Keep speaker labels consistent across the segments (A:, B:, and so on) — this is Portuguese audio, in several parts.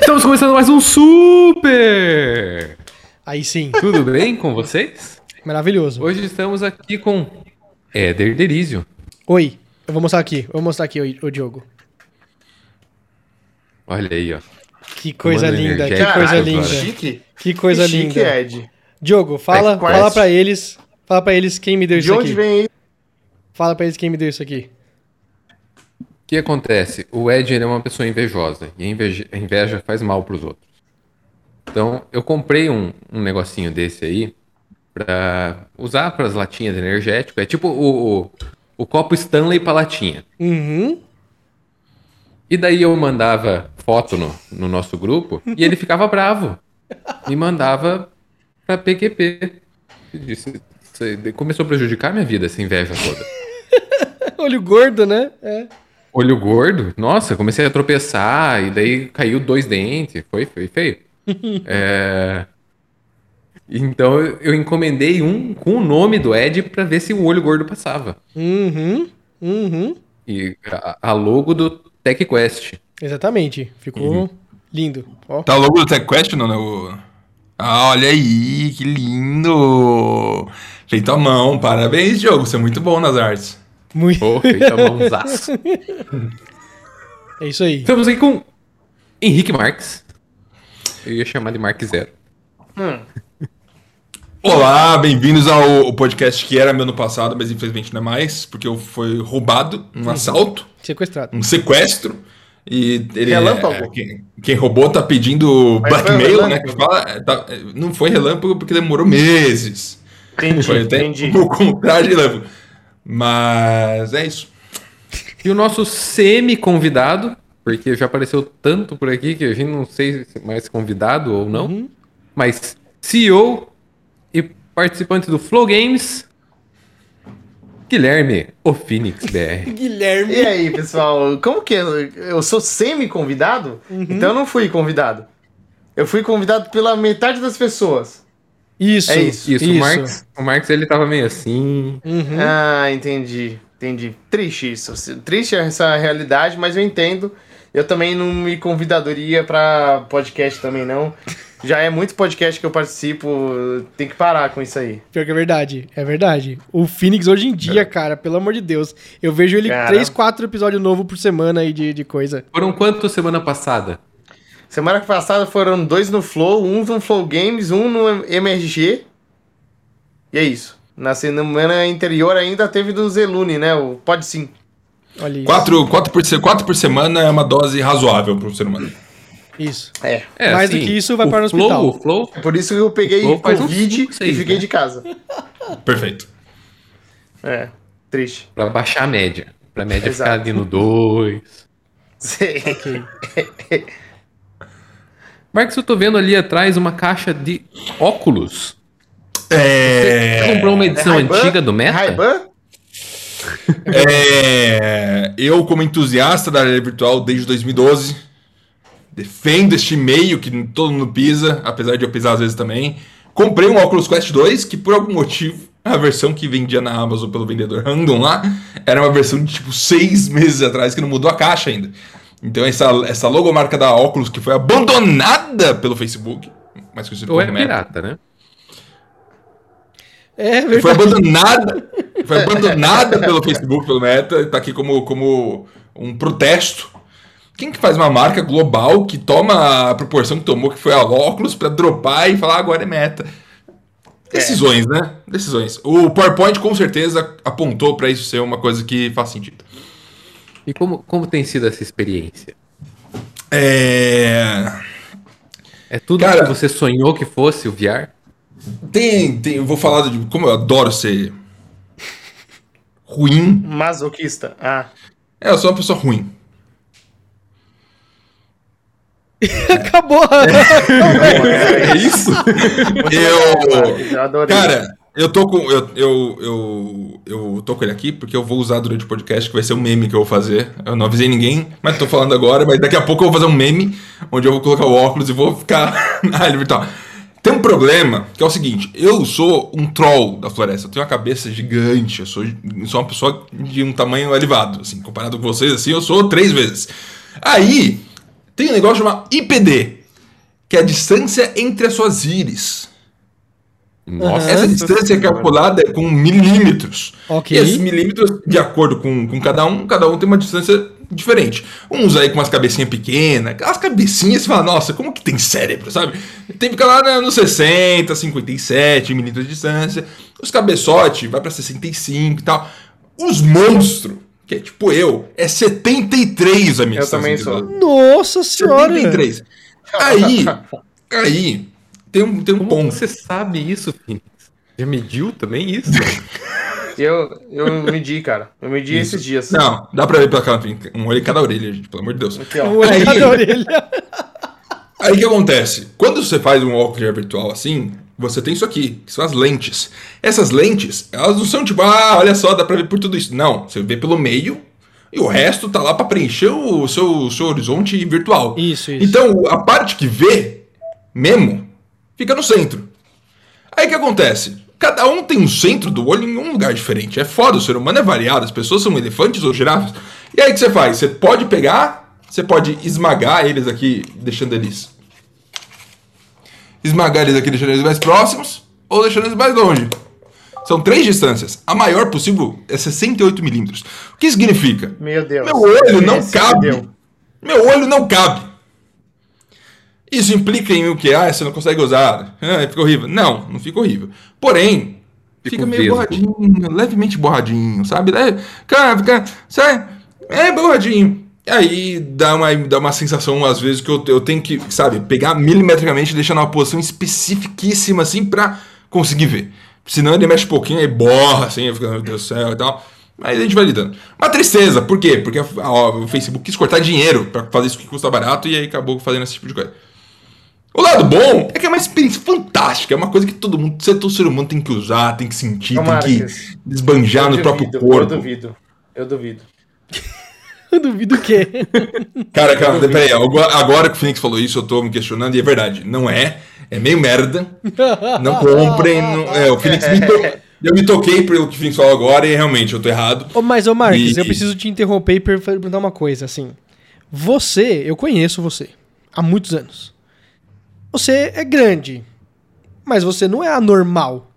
A: Estamos começando mais um super!
B: Aí sim,
A: Tudo bem com vocês?
B: maravilhoso.
A: Hoje estamos aqui com Éder Derizio.
B: Oi, eu vou mostrar aqui, eu vou mostrar aqui, ô, ô Diogo.
A: Olha aí, ó.
B: Que coisa
A: Mano,
B: linda, que
A: energético,
B: coisa
A: cara.
B: linda,
C: Chique.
B: que coisa
C: chique,
B: linda.
C: Ed.
B: Diogo, fala,
A: É
C: quase.
B: fala pra eles, fala pra eles quem me deu
C: De
B: isso
C: onde
B: aqui.
C: vem aí?
B: Fala pra eles quem me deu isso aqui.
A: O que acontece? O Ed ele é uma pessoa invejosa e a inveja, a inveja faz mal pros outros. Então, eu comprei um, um negocinho desse aí pra usar pras latinhas de energético. É tipo o, o, o copo Stanley pra latinha.
B: Uhum.
A: E daí eu mandava foto no, no nosso grupo e ele ficava bravo. Me mandava pra PQP. E disse- isso- começou a prejudicar minha vida essa inveja toda.
B: Olho gordo, né? É.
A: Olho gordo, nossa, comecei a tropeçar e daí caiu dois dentes. Foi, foi feio. É, Então eu eu encomendei um com o nome do Ed pra ver se o olho gordo passava.
B: Uhum. Uhum.
A: E a, a logo do Tech Quest.
B: Exatamente. Ficou
A: Uhum.
B: lindo. Ó.
D: Tá o logo do Tech Quest, não, né? O- Ah, olha aí, que lindo! Feito à mão, parabéns, Diogo, você é muito bom nas artes.
B: Muito.
A: Pô, feita mãozaço.
B: É isso aí.
A: Estamos aqui com Henrique Marques. Eu ia chamar de Marques Zero.
D: Olá, bem-vindos ao ao podcast que era meu no passado, mas infelizmente não é mais, porque eu fui roubado,
C: Uhum.
D: um assalto,
B: Sequestrado.
D: um sequestro. E ele,
C: Relâmpago.
D: é, quem, quem roubou tá pedindo
C: Mas foi
D: blackmail, né?
C: relâmpago.
D: que fala, tá- não foi relâmpago porque demorou meses.
C: Entendi,
D: Foi até
C: entendi.
D: o contrário de relâmpago. Mas é isso.
A: E o nosso semi-convidado, porque já apareceu tanto por aqui que a gente não sei se é mais convidado ou não,
B: Uhum.
A: mas CEO e participante do Flow Games, Guilherme, o Phoenix BR.
B: Guilherme.
C: E aí, pessoal? Como que eu, eu sou semi-convidado?
B: Uhum.
C: Então eu não fui convidado. Eu fui convidado pela metade das pessoas.
B: Isso.
C: É isso.
A: Isso, O, Marques, o Marques ele tava meio assim.
B: Uhum.
C: Ah, entendi. Entendi. Triste isso. Triste essa realidade, mas eu entendo. Eu também não me convidadoria pra podcast também, não. Já é muito podcast que eu participo. Tem que parar com isso aí.
B: Pior que é verdade, é verdade. O Phoenix hoje em dia, cara, pelo amor de Deus. Eu vejo ele
C: Cara.
B: três, quatro episódios novos por semana aí de, de coisa.
A: Foram quanto semana passada?
C: Semana passada foram dois no Flow, um no Flow Games, um no MRG. E é isso. Na semana anterior ainda teve do Zelune, né? O Pode Sim.
B: Olha isso.
D: Quatro, quatro, por, se- quatro por semana é uma dose razoável para o ser humano.
B: Isso.
C: É.
A: É,
B: Mais do que isso, vai
A: o
B: parar no
A: Flow-
B: hospital.
A: O Flow
C: Por isso que eu peguei
A: Flow faz uns
C: Covid
A: cinco, seis,
C: e fiquei
A: né?
C: de casa.
D: Perfeito.
C: É. Triste.
A: Pra baixar a média. Pra média ficar
C: Exato.
A: ali no 2.
B: Ok.
A: Marcos, eu tô vendo ali atrás uma caixa de óculos. Você
D: É,
A: comprou uma edição
C: Ray-Ban?
A: antiga do Meta?
C: Ray-Ban?
D: é, eu, como entusiasta da área virtual desde 2012, defendo este meio que todo mundo pisa, apesar de eu pisar às vezes também. Comprei um Oculus Quest 2, que por algum motivo, a versão que vendia na Amazon pelo vendedor random lá, era uma versão de tipo seis meses atrás, que não mudou a caixa ainda. Então essa, essa logomarca da Oculus, que foi abandonada pelo Facebook, mais conhecido
A: Ou é
D: como Meta,
A: pirata, né?
B: É
D: Foi
B: verdade.
D: abandonada. Foi abandonada pelo Facebook, pelo Meta, tá aqui como, como um protesto. Quem que faz uma marca global que toma a proporção que tomou, que foi a óculos, pra dropar e falar "Ah, agora é meta? Decisões, né? Decisões. O PowerPoint com certeza apontou pra isso ser uma coisa que faz sentido.
A: E como, como tem sido essa experiência?
D: É.
A: É tudo
D: Cara-
A: que você sonhou que fosse o VR?
D: Tem, tem. Eu vou falar de como eu adoro ser. ruim.
C: Masoquista. Ah.
D: É, eu sou uma pessoa ruim.
B: Acabou.
D: É isso? eu.
C: Eu adorei.
D: Cara, eu tô com. Eu, eu, eu, eu tô com ele aqui porque eu vou usar durante o podcast, que vai ser um meme que eu vou fazer. Eu não avisei ninguém, mas tô falando agora, mas daqui a pouco eu vou fazer um meme onde eu vou colocar o óculos e vou ficar na área virtual. Tem um problema que é o seguinte: eu sou um troll da floresta, eu tenho uma cabeça gigante, eu sou, eu sou uma pessoa de um tamanho elevado, assim, comparado com vocês, assim, eu sou três vezes. Aí, tem um negócio chamado IPD, que é a distância entre as suas íris.
A: Nossa,
D: Essa distância é calculada com milímetros.
B: Ok.
D: E esses milímetros, de acordo com, com cada um, cada um tem uma distância diferente. Uns aí com umas cabecinhas pequenas, aquelas cabecinhas, você fala, nossa, como que tem cérebro, sabe? Tem que ficar lá né, nos 60, 57 milímetros de distância. Os cabeçote vai pra 65 e tal. Os monstros, que é tipo eu, é 73 a minha
C: Eu
D: distância
C: também
D: de
C: sou.
D: lado.
B: Nossa senhora!
D: 73. Aí, aí, tem um, tem um
A: como
D: ponto.
A: você sabe isso, Phoenix? Já mediu também isso?
C: Eu, eu medi, cara. Eu medi esses dias.
D: Não, dá pra ver pela cara, um olho em cada orelha, gente, pelo amor de Deus.
C: Aqui, ó.
B: O é olho da orelha.
D: Aí o que acontece? Quando você faz um óculos de realidade virtual assim, você tem isso aqui, que são as lentes. Essas lentes, elas não são tipo, ah, olha só, dá pra ver por tudo isso. Não, você vê pelo meio e o resto tá lá pra preencher o seu, o seu horizonte virtual.
B: Isso, isso.
D: Então a parte que vê, mesmo, fica no centro. Aí o que acontece? Cada um tem um centro do olho em um lugar diferente. É foda, o ser humano é variado, as pessoas são elefantes ou girafas. E aí o que você faz? Você pode pegar, você pode esmagar eles aqui, deixando eles. Esmagar eles aqui, deixando eles mais próximos, ou deixando eles mais longe. São três distâncias. A maior possível é 68 milímetros. O que significa?
C: Meu Deus.
D: Meu olho não
C: Esse é
D: cabe.
C: deu.
D: Meu olho não cabe. Isso implica em o que? Ah, você não consegue usar. Ah, fica horrível. Não, não fica horrível. Porém,
A: Fica
D: fica meio
A: vesgo.
D: borradinho, levemente borradinho, sabe? Leve, cara, fica, sabe? É borradinho. Aí dá uma, dá uma sensação, às vezes, que eu, eu tenho que, sabe, pegar milimetricamente e deixar numa posição especificíssima, assim, pra conseguir ver. Senão ele mexe um pouquinho, aí borra, assim, aí fica, meu Deus do céu e tal. Mas a gente vai lidando. Uma tristeza, por quê? Porque ó, o Facebook quis cortar dinheiro pra fazer isso que custa barato e aí acabou fazendo esse tipo de coisa. O lado bom é que é uma experiência fantástica, é uma coisa que todo mundo, todo ser humano tem que usar, tem que sentir,
C: Tomara,
D: tem
C: Cris.
D: que desbanjar no
C: É Eu
D: próprio
C: duvido, Eu
D: corpo.
C: duvido. Eu duvido.
B: Eu duvido o quê?
D: Cara, cara, peraí, agora agora que o Phoenix falou isso, eu tô me questionando, e é verdade, não é, é meio merda, não comprem, não- é, o Phoenix me to- eu me toquei pelo que o Phoenix falou agora e realmente eu tô errado.
B: Ô, mas, ô Marques,
D: E-
B: eu preciso te interromper e per- perguntar uma coisa, assim. Você, eu conheço você há muitos anos. Você é grande, mas você não é anormal.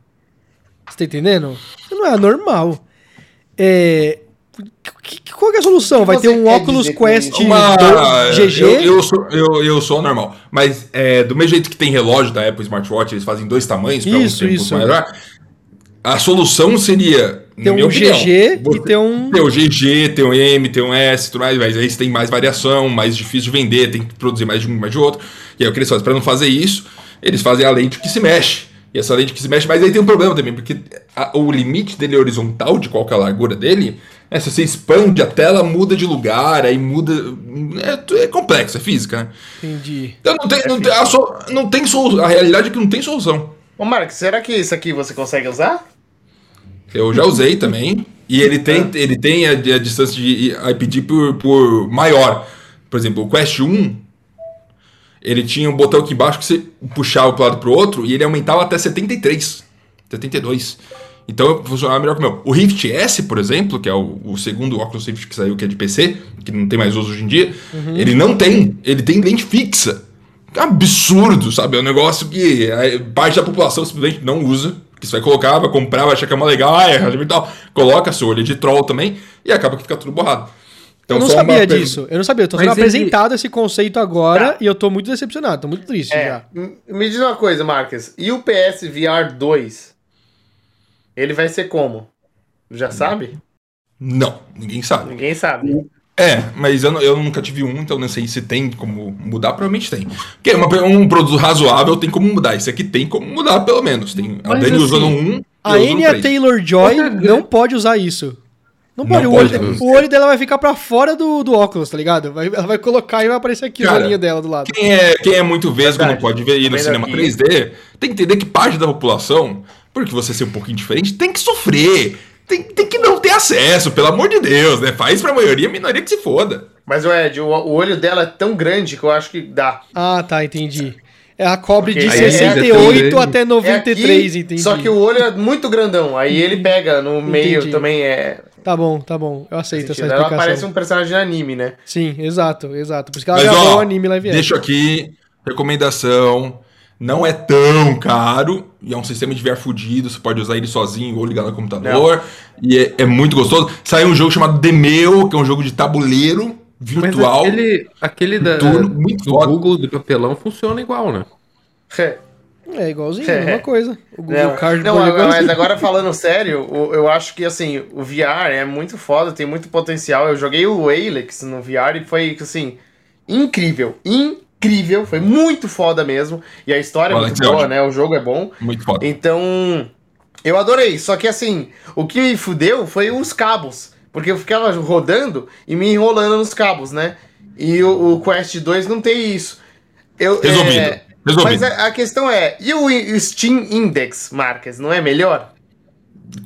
B: Você tá entendendo? Você não é anormal. É... que- que- qual que é a solução?
C: que
B: Vai ter
C: você
B: um
C: quer
B: Oculus
C: dizer com
B: Quest
C: isso?
D: Uma-
B: 2 GG?
D: Eu, eu sou, eu, eu sou normal. Mas é, do mesmo jeito que tem relógio da Apple Smartwatch, eles fazem dois tamanhos pra
B: Isso,
D: um tempo
B: isso.
D: maior. A solução seria.
B: Ter
D: na
B: um
D: minha opinião,
B: GG
D: você
B: e ter um...
D: Tem o GG, tem o M, tem o S, tudo mais, mas aí você tem mais variação, mais difícil de vender, tem que produzir mais de um, mais de outro. E aí o que eles fazem? Pra não fazer isso, eles fazem a lente que se mexe. E essa lente que se mexe, mas aí tem um problema também, porque a- o limite dele é horizontal, de qual que é a largura dele, é se você expande a tela, muda de lugar, aí muda. É, tu- é complexo, é física, né?
B: Entendi.
D: Então não tem, não tem, a, so- não tem solução. A realidade é que não tem solução.
C: Ô, Marcos, será que isso aqui você consegue usar?
D: Eu já usei também. E ele tem, ele tem a, a distância de IPD por, por maior. Por exemplo, o Quest 1, ele tinha um botão aqui embaixo que você puxava para lado pro outro e ele aumentava até 73, 72. Então funcionava melhor que o meu. O Rift S, por exemplo, que é o, o segundo óculos Rift que saiu, que é de PC, que não tem mais uso hoje em dia,
B: Uhum.
D: ele não tem. Ele tem lente fixa. Absurdo, sabe? É um negócio que é, parte da população simplesmente não usa. Que você vai colocar, vai comprar, vai achar que é uma legal, ah, é realidade virtual. Coloca seu olho de troll também e acaba que fica tudo borrado. Então,
B: eu não
D: só uma
B: sabia
D: per-
B: disso. Eu não sabia. Eu tô
A: Mas
B: sendo
A: ele-
B: apresentado esse conceito agora
C: Tá.
B: e eu tô muito decepcionado. Tô muito triste
C: É.
B: já.
C: M- Me diz uma coisa, Marcos. E o PS VR 2? Ele vai ser como? Já sabe?
D: Não, ninguém sabe.
C: Ninguém sabe.
D: É, mas eu, não- eu nunca tive um, então não sei se tem como mudar, provavelmente tem. Porque uma- um produto razoável tem como mudar. Esse aqui tem como mudar, pelo menos. Tem, a
A: Mas
D: Dani
A: assim,
D: usando um.
B: A
D: eu usando
B: Anya
D: três.
B: Taylor-Joy
A: Outra grande-
B: não pode usar isso. Não pode.
D: Não
B: o, olho,
D: pode
B: de-
D: usar.
B: o olho dela vai ficar pra fora do, do óculos, tá ligado? Vai- ela vai colocar e vai aparecer aqui o
D: Cara,
B: olhinho dela do lado.
D: Quem é, quem é muito vesgo
C: Verdade.
D: não pode ver ir no
C: Vendo
D: cinema
C: aqui.
D: 3D, tem que entender que parte da população, porque você ser um pouquinho diferente, tem que sofrer. Tem, tem que não ter acesso, pelo amor de Deus, né? Faz pra maioria, minoria que se foda.
C: Mas, o Ed, o, o olho dela é tão grande que eu acho que dá. É
B: Ah, tá, entendi. Ela cobre
C: Ok.
B: de
C: Aí,
B: 68
A: é,
B: até
C: É
B: 93,
C: aqui,
B: entendi.
C: Só que o olho é muito grandão. Aí ele pega no meio
B: Entendi.
C: também. É,
B: Tá bom, tá bom. Eu aceito essa
C: sentido. ela
B: explicação.
C: parece um personagem de anime, né?
B: Sim, exato, exato. Por isso que ela
D: Mas,
B: gravou
D: ó,
B: o um anime live action.
D: Deixo aqui recomendação. Não é tão caro e é um sistema de VR fudido. Você pode usar ele sozinho ou ligar no computador. E é, é muito gostoso. Saiu um jogo chamado Demeu, que é um jogo de tabuleiro
A: Mas
D: virtual.
A: aquele, aquele da,
D: Turno muito
A: do
D: foda.
A: Google, do papelão, funciona igual, né?
B: É igualzinho, é. mesma coisa. O Google
C: Não,
B: Card
C: Né, não,
B: pode
C: agora-
B: igualzinho.
C: mas é agora falando sério, o- eu acho que assim, o VR é muito foda, tem muito potencial. Eu joguei o Alex no VR e foi assim, incrível, incrível, foi muito foda mesmo. E a história
D: O
C: é
D: Alex
C: muito
D: é
C: boa,
D: ótimo.
C: né? O jogo é bom.
D: Muito foda.
C: Então, eu adorei. Só que assim, o que me fudeu foi os cabos. Porque eu ficava rodando e me enrolando nos cabos, né? E o, o Quest 2 não tem isso. Eu, é,
D: Resolvido.
C: Mas
D: Resolvido.
C: a, a questão é, e o in- Steam Index, Marques, não é melhor?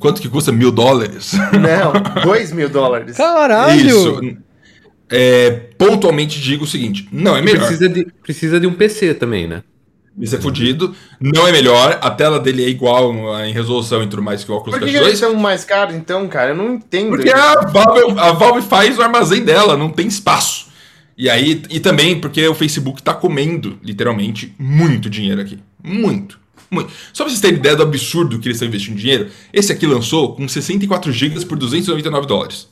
D: Quanto que custa? Mil dólares? É
C: Não, 2 mil dólares.
B: Caralho!
D: Isso. É, pontualmente digo o seguinte: não é
A: E
D: melhor.
A: Precisa de, precisa de um PC também, né?
D: Isso é fudido. Não é melhor. A tela dele é igual ah, em resolução e tudo mais que o Oculus
C: Por que, que é
D: Quest
C: eles
D: 2.
C: são mais caros então, cara? Eu não entendo.
D: Porque
C: isso.
D: a Valve, a Valve faz o armazém dela, não tem espaço. E aí, e também porque o Facebook tá comendo, literalmente, muito dinheiro aqui. Muito. Muito. Só pra vocês terem ideia do absurdo que eles estão investindo dinheiro, esse aqui lançou com 64 GB por 299 dólares.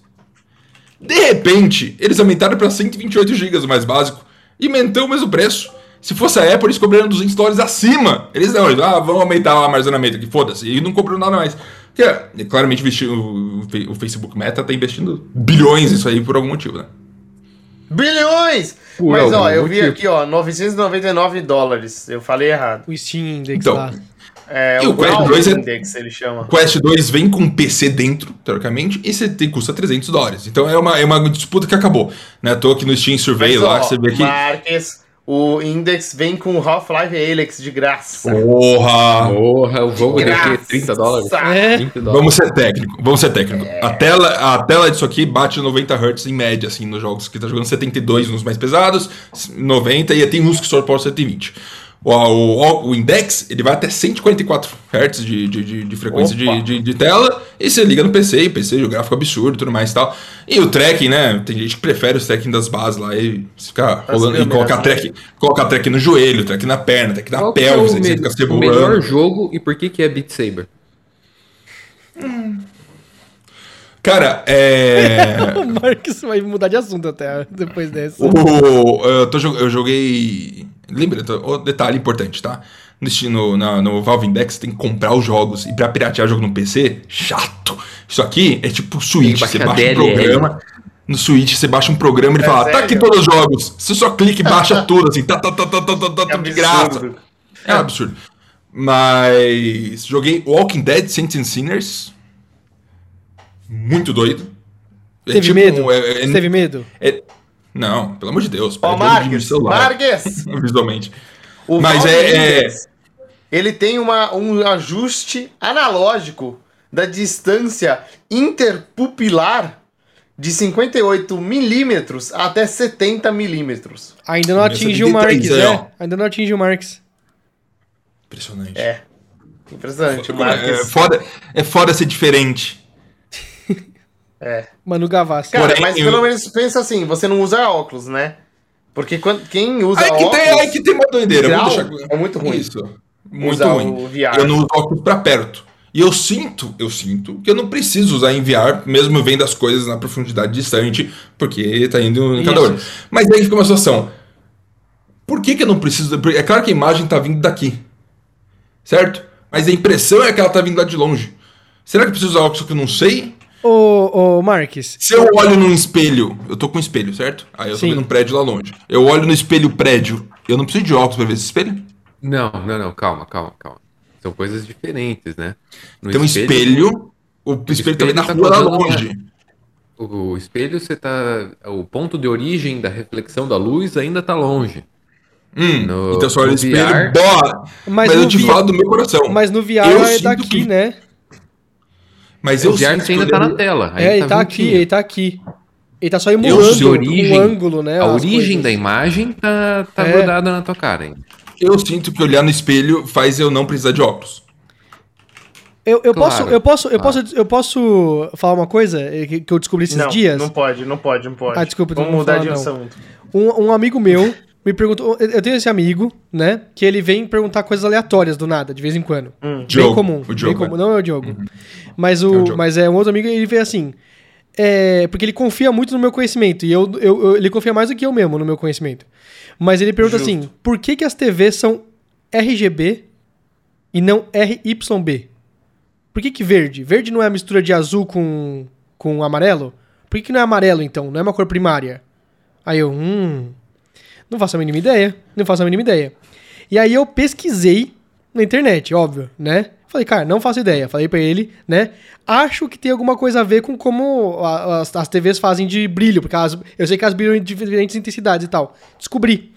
D: De repente, eles aumentaram pra 128 GB o mais básico e aumentou o mesmo preço. Se fosse a Apple, eles cobraram 200 dólares acima. Eles não, eles, ah, vamos aumentar o armazenamento aqui, foda-se. E não cobrou nada mais. Porque, é, claramente, investi- o, o Fe- o Facebook Meta tá investindo bilhões nisso aí por algum motivo, né?
C: Bilhões!
A: Por
C: Mas ó,
A: algum
C: eu vi
A: motivo.
C: aqui, ó, 999 dólares. Eu falei errado.
B: O Steam Index
D: Então,
B: lá.
C: É,
D: E o Quest
C: Valve
D: 2 é-
C: Index, ele chama.
D: O Quest 2 vem com um PC dentro, teoricamente, e você tem, custa 300 dólares. Então é uma, é uma disputa que acabou. Né? Tô aqui no Steam Survey
C: Mas,
D: lá,
C: ó,
D: que você vê que.
C: Marques, o Index vem com Half-Life Helix de graça.
D: Porra!
A: Porra, o jogo deve
C: Graça.
A: ter 30 dólares.
B: É.
A: 20 dólares.
D: Vamos ser técnico, vamos ser técnico.
A: É.
D: A, tela, a tela disso aqui bate 90 Hz em média, assim, nos jogos que tá jogando 72 nos mais pesados, 90 e tem uns que só suportam 120. O, o, o Index, ele vai até 144 Hz de, de, de, de frequência de,
C: Opa.
D: de, de tela, e você liga no PC, e PC, o gráfico é absurdo e tudo mais e tal. E o tracking, né? Tem gente que prefere os tracking das bases lá e ficar rolando e
C: câmeras,
D: colocar
C: né?
D: track, colocar track no joelho, track na perna, track na
A: Qual que é
D: pelvis,
A: o,
D: aí você fica
A: me-
D: se
A: o melhor
D: rebolando.
A: jogo e por que que é Beat Saber?
D: Cara, é.
B: O Marcos vai mudar de assunto até depois dessa.
D: O- eu, tô jo- eu joguei. Lembra, tô- o detalhe importante, tá? No, Steam- no, na- no Valve Index você tem que comprar os jogos. E pra piratear jogo no PC, chato. Isso aqui é tipo Switch.
A: Tem que
D: Você
A: baixar
D: baixa um
A: DLL.
D: programa. No Switch você baixa um programa e ele
C: É
D: fala: tá
C: sério?
D: aqui todos os jogos. Você só clica e baixa tudo, assim, tá, tá, tá, tá, tá, tá, tá,
C: É
D: de
C: absurdo.
D: graça. É um absurdo. Mas joguei Walking Dead Saints and Sinners. Muito doido. É
B: Teve
D: tipo
B: medo?
D: um- é- é-
B: Você teve medo?
D: é- Não, pelo amor de Deus.
C: Ó,
D: pelo amor de Deus,
C: Marques,
D: celular,
C: Marques!
D: Visualmente.
C: O
D: Mas
C: Valve
D: é-
C: Index, Ele tem uma, um ajuste analógico da distância interpupilar de 58 milímetros até 70 milímetros.
B: Ainda não
D: Começa
B: atingiu o Marx,
D: 83, aí,
B: né?
D: ó.
B: Ainda não atingiu o Marx.
D: Impressionante.
C: É. Impressionante, o
D: Como é, é
C: Marques.
D: foda, é foda ser diferente.
C: É.
B: Mano Gavassi.
C: Cara,
D: Porém,
C: mas
D: eu-
C: pelo menos pensa assim, você não usa óculos, né? Porque quando, quem usa
D: Aí que,
C: óculos...
D: tem, aí que tem uma doideira.
C: grau
D: vamos deixar-
C: é muito ruim.
D: Isso. Muito
C: Usar
D: ruim.
C: o VR.
D: Eu não uso óculos pra perto. E eu sinto, eu sinto que eu não preciso usar em VR, mesmo vendo as coisas na profundidade distante, porque tá indo em cada
B: Isso.
D: olho. Mas aí fica uma situação. Por que, que eu não preciso. É claro que a imagem tá vindo daqui. Certo? Mas a impressão é que ela tá vindo lá de longe. Será que eu preciso usar óculos que eu não sei?
B: Ô, ô, Marques.
D: Se eu olho num espelho, eu tô com um espelho, certo? Aí eu tô
B: Sim.
D: vendo um prédio lá longe. Eu olho no espelho prédio, eu não preciso de óculos pra ver esse espelho?
A: Não, não, não, calma, calma, calma. São coisas diferentes, né? No
D: Tem um espelho, o espelho, tá vendo na
A: tá
D: rua lá
A: causando uma-
D: longe.
A: O espelho, você tá. O ponto de origem da reflexão da luz ainda tá longe.
D: Hum,
A: No-
D: então você olha
A: no
D: no espelho,
A: VR.
D: bora! Mas,
B: Mas,
D: eu
B: no,
D: te
B: vi...
D: falo do meu coração. Mas,
B: mas no VR
D: Eu
B: é
D: sinto
B: daqui,
D: que-
B: né?
A: o
D: eu
A: VR
D: sinto
A: você
D: que
A: ainda
D: eu
A: tá na
D: devo-
A: tela.
B: É, ele
A: ainda
B: tá aqui,
A: juntinho.
B: ele tá aqui. Ele tá só emulando
D: sinto
B: o
A: origem.
B: ângulo, né?
A: A
B: as
A: origem
B: coisas.
A: da imagem tá, tá
B: É.
A: grudada na tua cara, hein?
D: Eu sinto que olhar no espelho faz eu não precisar de óculos.
B: Eu, eu
A: Claro. Ah.
B: posso, eu posso, eu
A: Claro.
B: posso, eu posso falar uma coisa eh, que que eu descobri esses
C: não,
B: dias.
C: não pode, não pode, não pode.
B: Ah, desculpa,
C: Vamos
B: não vou
C: mudar
B: falar,
C: de
B: não.
C: assunto.
B: Um, um amigo meu me perguntou. eu- Eu tenho esse amigo, né? Que ele vem perguntar coisas aleatórias do nada, de vez em quando.
D: Diogo,
B: Bem comum.
D: o
B: bem
D: Diogo,
B: comum.
D: é.
B: Não é o Diogo. Mas, o,
D: É o Diogo.
B: mas é um outro amigo e ele veio assim. é, porque ele confia muito no meu conhecimento. E eu, eu- eu- ele confia mais do que eu mesmo no meu conhecimento. Mas ele pergunta
C: Justo.
B: assim: por que, que as TVs são RGB e não RYB? Por que, que verde? Verde não é a mistura de azul com, com amarelo? Por que, que não é amarelo, então? Não é uma cor primária? Aí eu, hum. Não faço a mínima ideia. Não faço a mínima ideia. E aí eu pesquisei na internet, óbvio, né? Falei, cara, não faço ideia. Falei pra ele, né? Acho que tem alguma coisa a ver com como a- as, as TVs fazem de brilho, porque elas, eu sei que elas brilham em diferentes intensidades e tal. Descobri.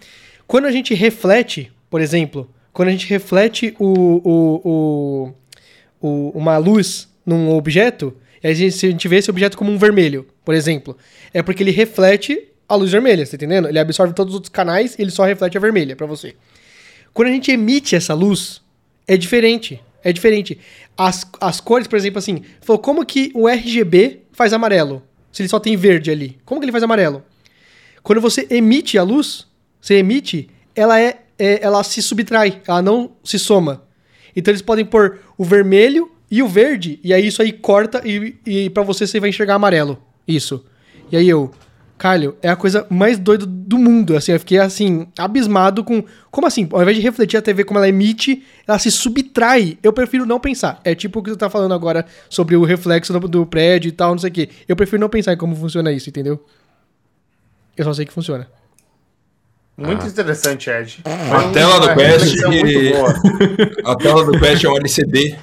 B: Quando a gente reflete, por exemplo, quando a gente reflete o, o, o, o- uma luz num objeto, e aí se a gente vê esse objeto como um vermelho, por exemplo, é porque ele reflete a luz vermelha, você tá entendendo? Ele absorve todos os outros canais e ele só reflete a vermelha pra você. Quando a gente emite essa luz, é diferente. É diferente. As, as cores, por exemplo, assim, falou, como que o RGB faz amarelo? Se ele só tem verde ali. Como que ele faz amarelo? Quando você emite a luz, você emite, ela é, é- ela se subtrai, ela não se soma. Então eles podem pôr o vermelho e o verde, e aí isso aí corta e, e para você você vai enxergar amarelo. Isso. E aí eu, Caralho, é a coisa mais doida do mundo. Assim, eu fiquei assim, abismado com. Como assim? Ao invés de refletir a TV como ela emite, ela se subtrai. Eu prefiro não pensar. É tipo o que você tá falando agora sobre o reflexo do, do prédio e tal, não sei o quê. Eu prefiro não pensar em como funciona isso, entendeu? Eu só sei que funciona.
C: Muito interessante, Ed.
D: Ah. A tela do
C: Uma
D: Quest
C: reflexão muito boa.
D: A tela do Quest é um LCD.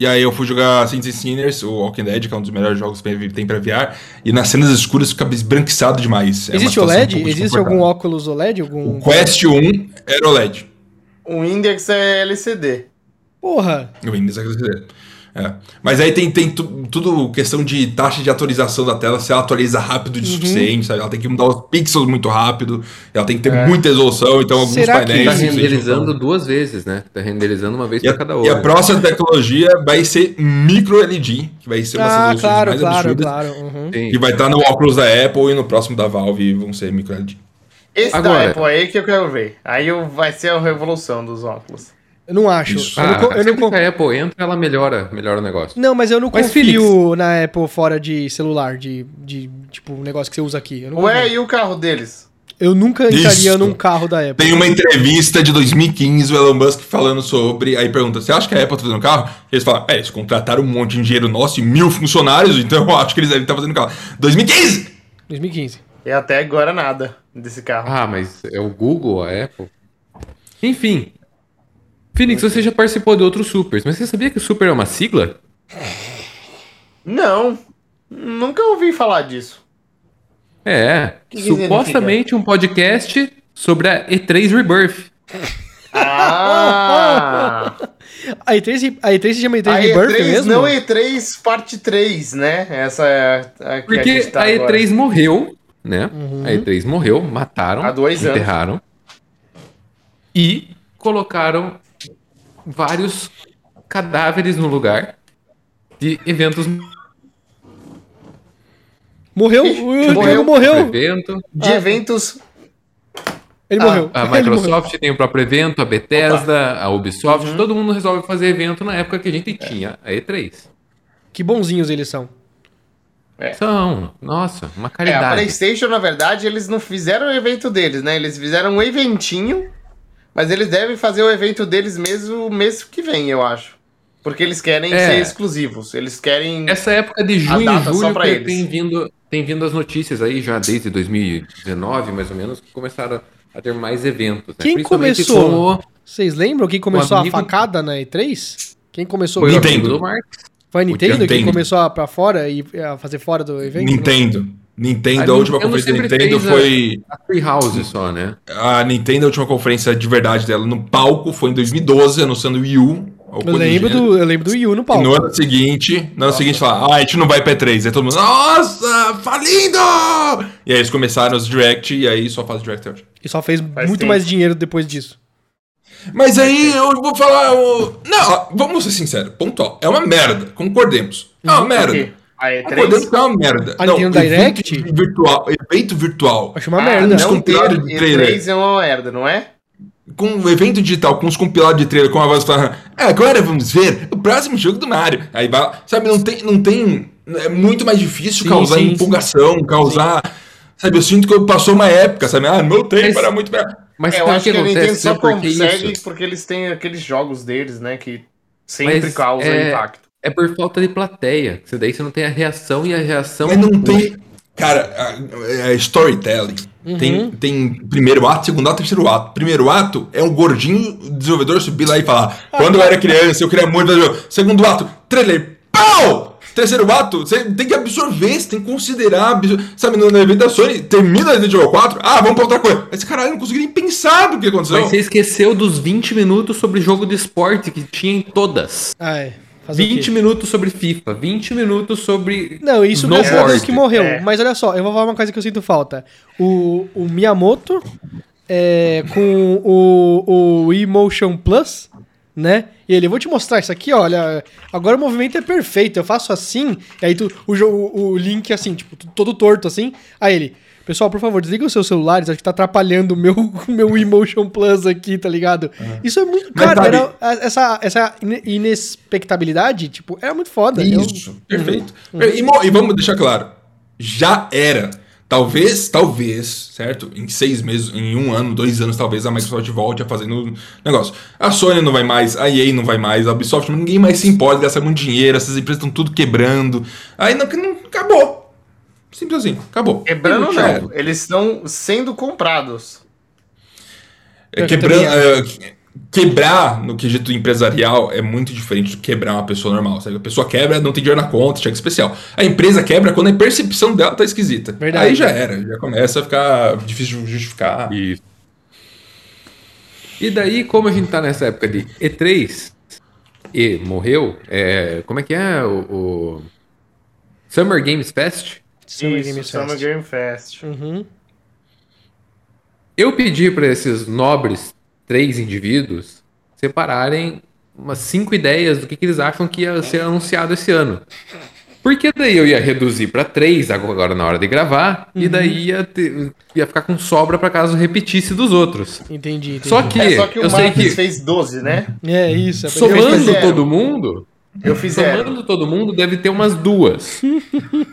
D: E aí eu fui jogar Saints and Sinners, o Walking Dead, que é um dos melhores jogos que tem pra VR, e nas cenas escuras fica esbranquiçado demais. É uma
B: Existe
D: situação um
B: OLED?
D: pouco
B: Existe
D: desconfortável.
B: algum óculos OLED? Algum.
D: O Quest 1 era OLED.
C: O Index é LCD.
B: Porra!
D: O Windows XP. É. Mas aí tem, tem tu- tudo questão de taxa de atualização da tela, se ela atualiza rápido
B: Uhum.
D: o suficiente, sabe? Ela tem que mudar os pixels muito rápido, ela tem que ter muita resolução, então alguns
B: É. Será que-
D: painéis.
A: Tá
D: não sei,
A: renderizando
D: não-
A: duas vezes, né? Tá renderizando uma vez
D: E a,
A: pra cada
D: e
A: olho.
D: a próxima tecnologia vai ser micro LED, que vai ser uma das
B: Ah,
D: resoluções
B: claro,
D: mais
B: claro,
D: absurdas,
B: claro. uhum.
A: Sim.
D: que vai estar no óculos da Apple e no próximo da Valve vão ser micro LED.
C: Esse
A: Agora-
C: da Apple aí que eu quero ver. Aí eu- vai ser a revolução dos óculos.
B: Eu não acho.
D: Isso.
B: Eu não
A: Ah,
B: co- eu não
A: sempre
B: co-
A: que a Apple entra, ela melhora, melhora o negócio.
B: Não, mas eu não
A: Mas,
B: confio na Apple fora de celular, de, de tipo um negócio que você usa aqui. Eu não confio.
C: Ué, e o carro deles?
B: Eu nunca entraria
D: Isso.
B: num carro da Apple.
D: Tem uma entrevista de 2015, o Elon Musk falando sobre. Aí pergunta: você acha que a Apple tá fazendo carro? Eles falam: é, eles contrataram um monte de engenheiro nosso e mil funcionários, então eu acho que eles devem estar fazendo carro. 2015!
B: 2015.
C: E até agora nada desse carro.
A: Ah, mas é o Google, a Apple. Enfim. Phoenix, você já participou de outros supers, mas você sabia que o super é uma sigla?
C: Não, nunca ouvi falar disso.
A: É.
C: que significa?
A: supostamente um podcast sobre a E3
C: É
A: Rebirth.
C: Ah!
B: A E3, se- a E3 se chama E3
C: a
B: Rebirth
C: E3,
B: mesmo?
C: não é- E3, parte 3, né? Essa é a, a que a
A: Porque
C: gente tá
A: a
C: agora. Uhum.
A: E3 morreu, né? A E3 morreu, mataram,
C: Há dois anos.
A: enterraram. E colocaram vários cadáveres no lugar de eventos.
B: Morreu? O Diego
C: morreu.
B: morreu.
A: Evento.
C: De eventos.
B: Ele
C: Ah,
B: morreu.
A: A
B: Ele morreu.
A: Microsoft tem o próprio evento, a Bethesda, a Ubisoft,
C: Uhum.
A: todo mundo resolve fazer evento na época que a gente tinha a E3.
B: Que bonzinhos eles são.
A: São, nossa, uma
C: É, a
A: caridade.
C: PlayStation, na verdade, eles não fizeram o evento deles, né? Eles fizeram um eventinho, mas eles devem fazer o evento deles mesmo mês que vem, eu acho. Porque eles querem
A: É.
C: ser exclusivos. Eles querem.
A: Essa época de junho
C: data
A: e
C: só
A: julho
C: pra
A: tem-
C: eles.
A: tem vindo, tem vindo as notícias aí já desde 2019, mais ou menos, que começaram a ter mais eventos. né?
B: Quem
A: Principalmente
B: começou?
A: com o-
B: Vocês lembram quem começou a
A: amigo-
B: facada na E3? Quem começou?
A: Foi o
D: Nintendo.
A: amigo do Mark.
B: Foi a Nintendo, que
D: Nintendo.
B: começou a pra fora e a fazer fora do evento?
D: Nintendo. Nintendo,
A: A
D: a última
A: Nintendo
D: conferência da
A: sempre
D: Nintendo
A: fez a-
D: foi.
A: A Treehouse só, né?
D: A Nintendo, a última conferência de verdade dela no palco foi em 2012, anunciando o Wii U. ou
B: Eu
D: coisa
B: lembro,
D: gênero.
B: do, eu lembro do Wii U no
D: E
B: palco.
D: no ano seguinte, no ano seguinte fala, ah, a gente não vai pra 3 Aí todo mundo, nossa, falindo! E aí eles começaram os direct e aí só faz direct hoje.
B: E só fez muito
C: tempo.
B: mais dinheiro depois disso.
D: Mas aí eu vou falar. o- Não, ó, vamos ser sinceros. Pontual. É uma merda. Concordemos. É uma merda.
C: ok. A
D: O poder
C: E3?
D: tá uma merda.
B: A Nintendo um Direct?
D: Evento virtual. Evento virtual.
B: Acho uma
C: Ah,
B: merda.
D: não. Escanteio de trailer.
C: E3 é uma merda, não é?
D: Com um evento digital, com os compilados de trailer, com a voz falando. "Ah, Agora vamos ver o próximo jogo do Mario. Aí vai. Sabe, não tem. Não tem é muito mais difícil
B: Sim,
D: causar
B: sim,
D: empolgação, causar. Sabe, eu sinto que passou uma época, sabe? Ah, meu tempo
A: Mas-
D: era muito melhor.
A: Mas
C: É, eu
A: sabe o
C: acho
A: que
C: que a Nintendo
A: acontece?
C: só
A: Sabe por que
C: consegue
A: isso?
C: porque eles têm aqueles jogos deles, né? Que sempre
A: Mas
C: causa
A: é-
C: impacto.
A: É por falta de plateia. que Você daí você não tem a reação e a reação.
D: Mas não tem. Cara, é é storytelling. Tem, tem primeiro ato, segundo ato, terceiro ato. Primeiro ato é um gordinho desenvolvedor subir lá e falar: Quando eu era criança, eu queria muito fazer jogo. Segundo ato, trailer, pau! Terceiro ato, você tem que absorver, você tem que considerar. absor- Sabe, no no evento da Sony, termina Resident Evil 4, ah, vamos pra outra coisa. Esse caralho eu não consegui nem pensar do que aconteceu.
A: Mas você esqueceu dos 20 minutos sobre jogo de esporte que tinha em todas.
B: Ah, é. Fazer
A: 20
B: o quê?
A: minutos sobre FIFA, 20 minutos sobre.
B: Não, isso graças a Deus
A: snowboard.
B: que morreu.
C: É.
B: Mas olha só, eu vou falar uma coisa que eu sinto falta. O, o Miyamoto é, com o, o Emotion Plus, né? E ele, vou te mostrar isso aqui, olha. Agora o movimento é perfeito. Eu faço assim, e aí tu, o, jo- o, o link assim, tipo, t- todo torto assim. Aí ele, pessoal, por favor, desliga os seus celulares, acho que tá atrapalhando o meu, o meu Emotion Plus aqui, tá ligado? Isso é muito.
D: Mas
B: Cara,
D: sabe-
B: era- a- essa, essa ine- inexpectabilidade, tipo, era muito foda. Eu-
D: Isso, perfeito. Uhum. E, mo- e vamos deixar claro, já era. Talvez, talvez, certo? Em seis meses, em um ano, dois anos, talvez a Microsoft volte a fazer no negócio. A Sony não vai mais, a EA não vai mais, a Ubisoft, ninguém mais se importa, gasta muito dinheiro, essas empresas estão tudo quebrando. Aí não, que não acabou. Simples assim, acabou.
A: é,
C: Quebrando
D: Já era.
C: não, eles estão sendo comprados.
D: É,
B: Eu
D: quebra-
B: também
D: é, que- quebrar no quesito empresarial é muito diferente do quebrar uma pessoa normal. Sabe? A pessoa quebra, não tem dinheiro na conta, cheque especial. A empresa quebra quando a percepção dela tá esquisita.
B: Verdade.
D: Aí já era, já começa a ficar difícil de justificar.
A: Isso. E daí, como a gente tá nessa época de E3 e morreu, é, como é que é o, o Summer Games Fest?
B: Summer
C: Isso,
B: Game
C: Summer
B: Fest.
C: Game Fest.
B: Uhum.
A: Eu pedi para esses nobres três indivíduos separarem umas cinco ideias do que, que eles acham que ia ser anunciado esse ano. Porque daí eu ia reduzir para três agora na hora de gravar, e daí ia, ter- ia ficar com sobra para caso repetisse dos outros.
B: Entendi, entendi.
A: Só que,
C: É só que o
A: eu sei que
C: Marcos fez 12, né?
B: É isso. É pra
C: Somando-
B: ele-
A: somando
C: zero.
A: todo mundo,
C: Eu fiz zero.
A: somando todo mundo deve ter umas duas.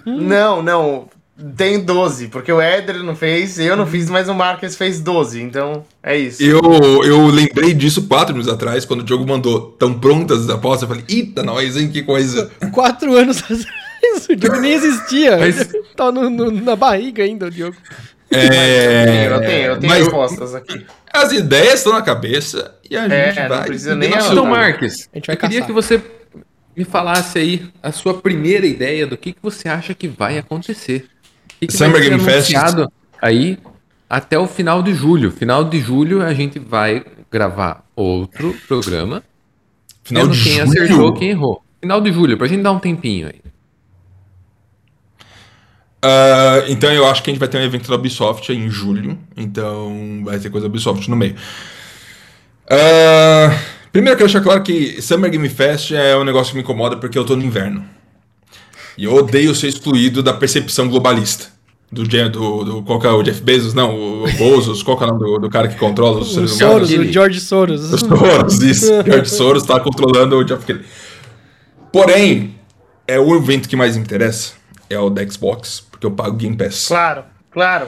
A: um.
C: Não, não. Tem 12, porque o Éder não fez, eu não fiz, mas o Marcos fez 12, então é isso.
D: Eu, eu lembrei disso quatro anos atrás, quando o Diogo mandou tão prontas as apostas. Eu falei, eita, nós, hein, que coisa.
B: Quatro anos atrás o Diogo nem existia.
A: Mas-
B: Tá no- no- na barriga ainda o Diogo.
D: É,
C: Eu tenho, eu tenho
D: mas
C: respostas aqui.
D: as ideias estão na cabeça e a
C: É,
D: gente
C: não
D: vai...
C: precisa nem
D: nosso-
A: Então,
C: tá.
A: Marques,
B: A gente vai
A: eu queria
B: caçar.
A: que você me falasse aí a sua primeira ideia do que, que você acha que vai acontecer. O que que
D: Summer
A: vai ser
D: Game Fest.
A: anunciado aí até o final de julho. Final de julho a gente vai gravar outro programa.
D: Final
A: vendo
D: de
A: quem
D: julho.
A: acertou, quem errou. Final de julho, pra gente dar um tempinho aí.
D: Ah, então eu acho que a gente vai ter um evento da Ubisoft em julho. Então vai ter coisa da Ubisoft no meio. Ah, primeiro eu quero deixar claro que Summer Game Fest é um negócio que me incomoda porque eu tô no inverno. E eu odeio ser excluído da percepção globalista. Do, Je- do, do qual que é o Jeff Bezos, não, o, o Bezos, qual que é o nome do, do cara que controla os
B: O
D: seres
B: Soros,
D: humanos?
B: o
A: Kennedy.
B: George Soros.
D: O Soros, isso. George Soros tá controlando o Jeff Kennedy. Porém, é o evento que mais me interessa é o da Xbox, porque eu pago Game Pass.
C: Claro, claro.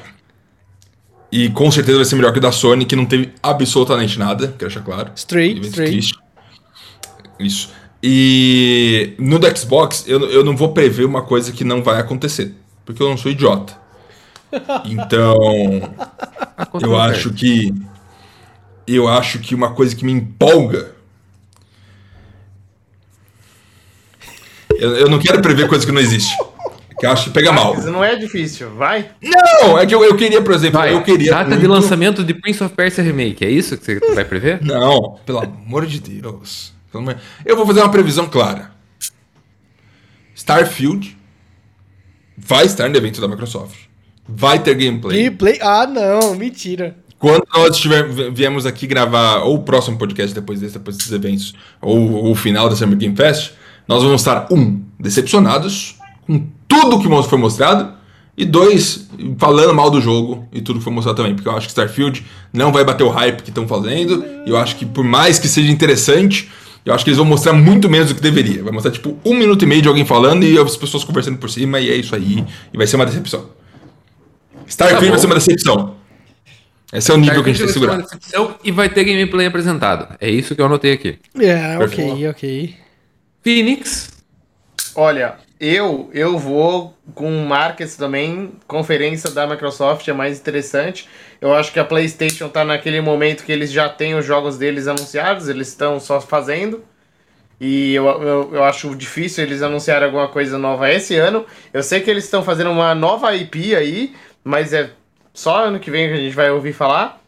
D: E com certeza vai ser melhor que o da Sony, que não teve absolutamente nada, quero deixar claro.
B: Stray,
D: Evento
B: Stray.
D: triste. Isso. E no da Xbox, eu, eu não vou prever uma coisa que não vai acontecer, porque eu não sou idiota. Então,
A: Ah,
D: eu acho que. Eu acho que uma coisa que me empolga. Eu, eu não quero prever coisa que não existe. Que eu acho que pega mal.
C: Isso não é difícil, vai.
D: Não, é que eu, eu queria, por exemplo,
A: Vai,
D: eu queria.
A: data de
D: muito-
A: lançamento de Prince of Persia Remake, é isso que você vai prever?
D: Não, pelo amor de Deus. Pelo amor- Eu vou fazer uma previsão clara. Starfield vai estar no evento da Microsoft. Vai ter gameplay.
B: Gameplay. Ah, não, mentira.
D: Quando nós tiver, viemos aqui gravar ou o próximo podcast depois desse, depois desses eventos, ou, ou o final da Summer Game Fest, nós vamos estar, um, decepcionados, com tudo que mos- foi mostrado. E dois, falando mal do jogo e tudo que foi mostrado também. Porque eu acho que Starfield não vai bater o hype que estão fazendo. E eu acho que por mais que seja interessante, eu acho que eles vão mostrar muito menos do que deveria. Vai mostrar tipo um minuto e meio de alguém falando e as pessoas conversando por cima. E é isso aí. E vai ser uma decepção. Starfield
A: Tá bom.
D: vai ser uma decepção. Esse é o nível que a gente tem que segurar.
A: Então, E vai ter gameplay apresentado. É isso que eu anotei aqui.
B: É, ok,
D: Perfeito.
B: ok.
A: Phoenix,
C: Olha, eu eu vou com markets também, conferência da Microsoft é mais interessante. Eu acho que a PlayStation tá naquele momento que eles já têm os jogos deles anunciados, eles estão só fazendo. E eu, eu, eu acho difícil eles anunciarem alguma coisa nova esse ano. Eu sei que eles estão fazendo uma nova IP aí, mas é só ano que vem que a gente vai ouvir falar.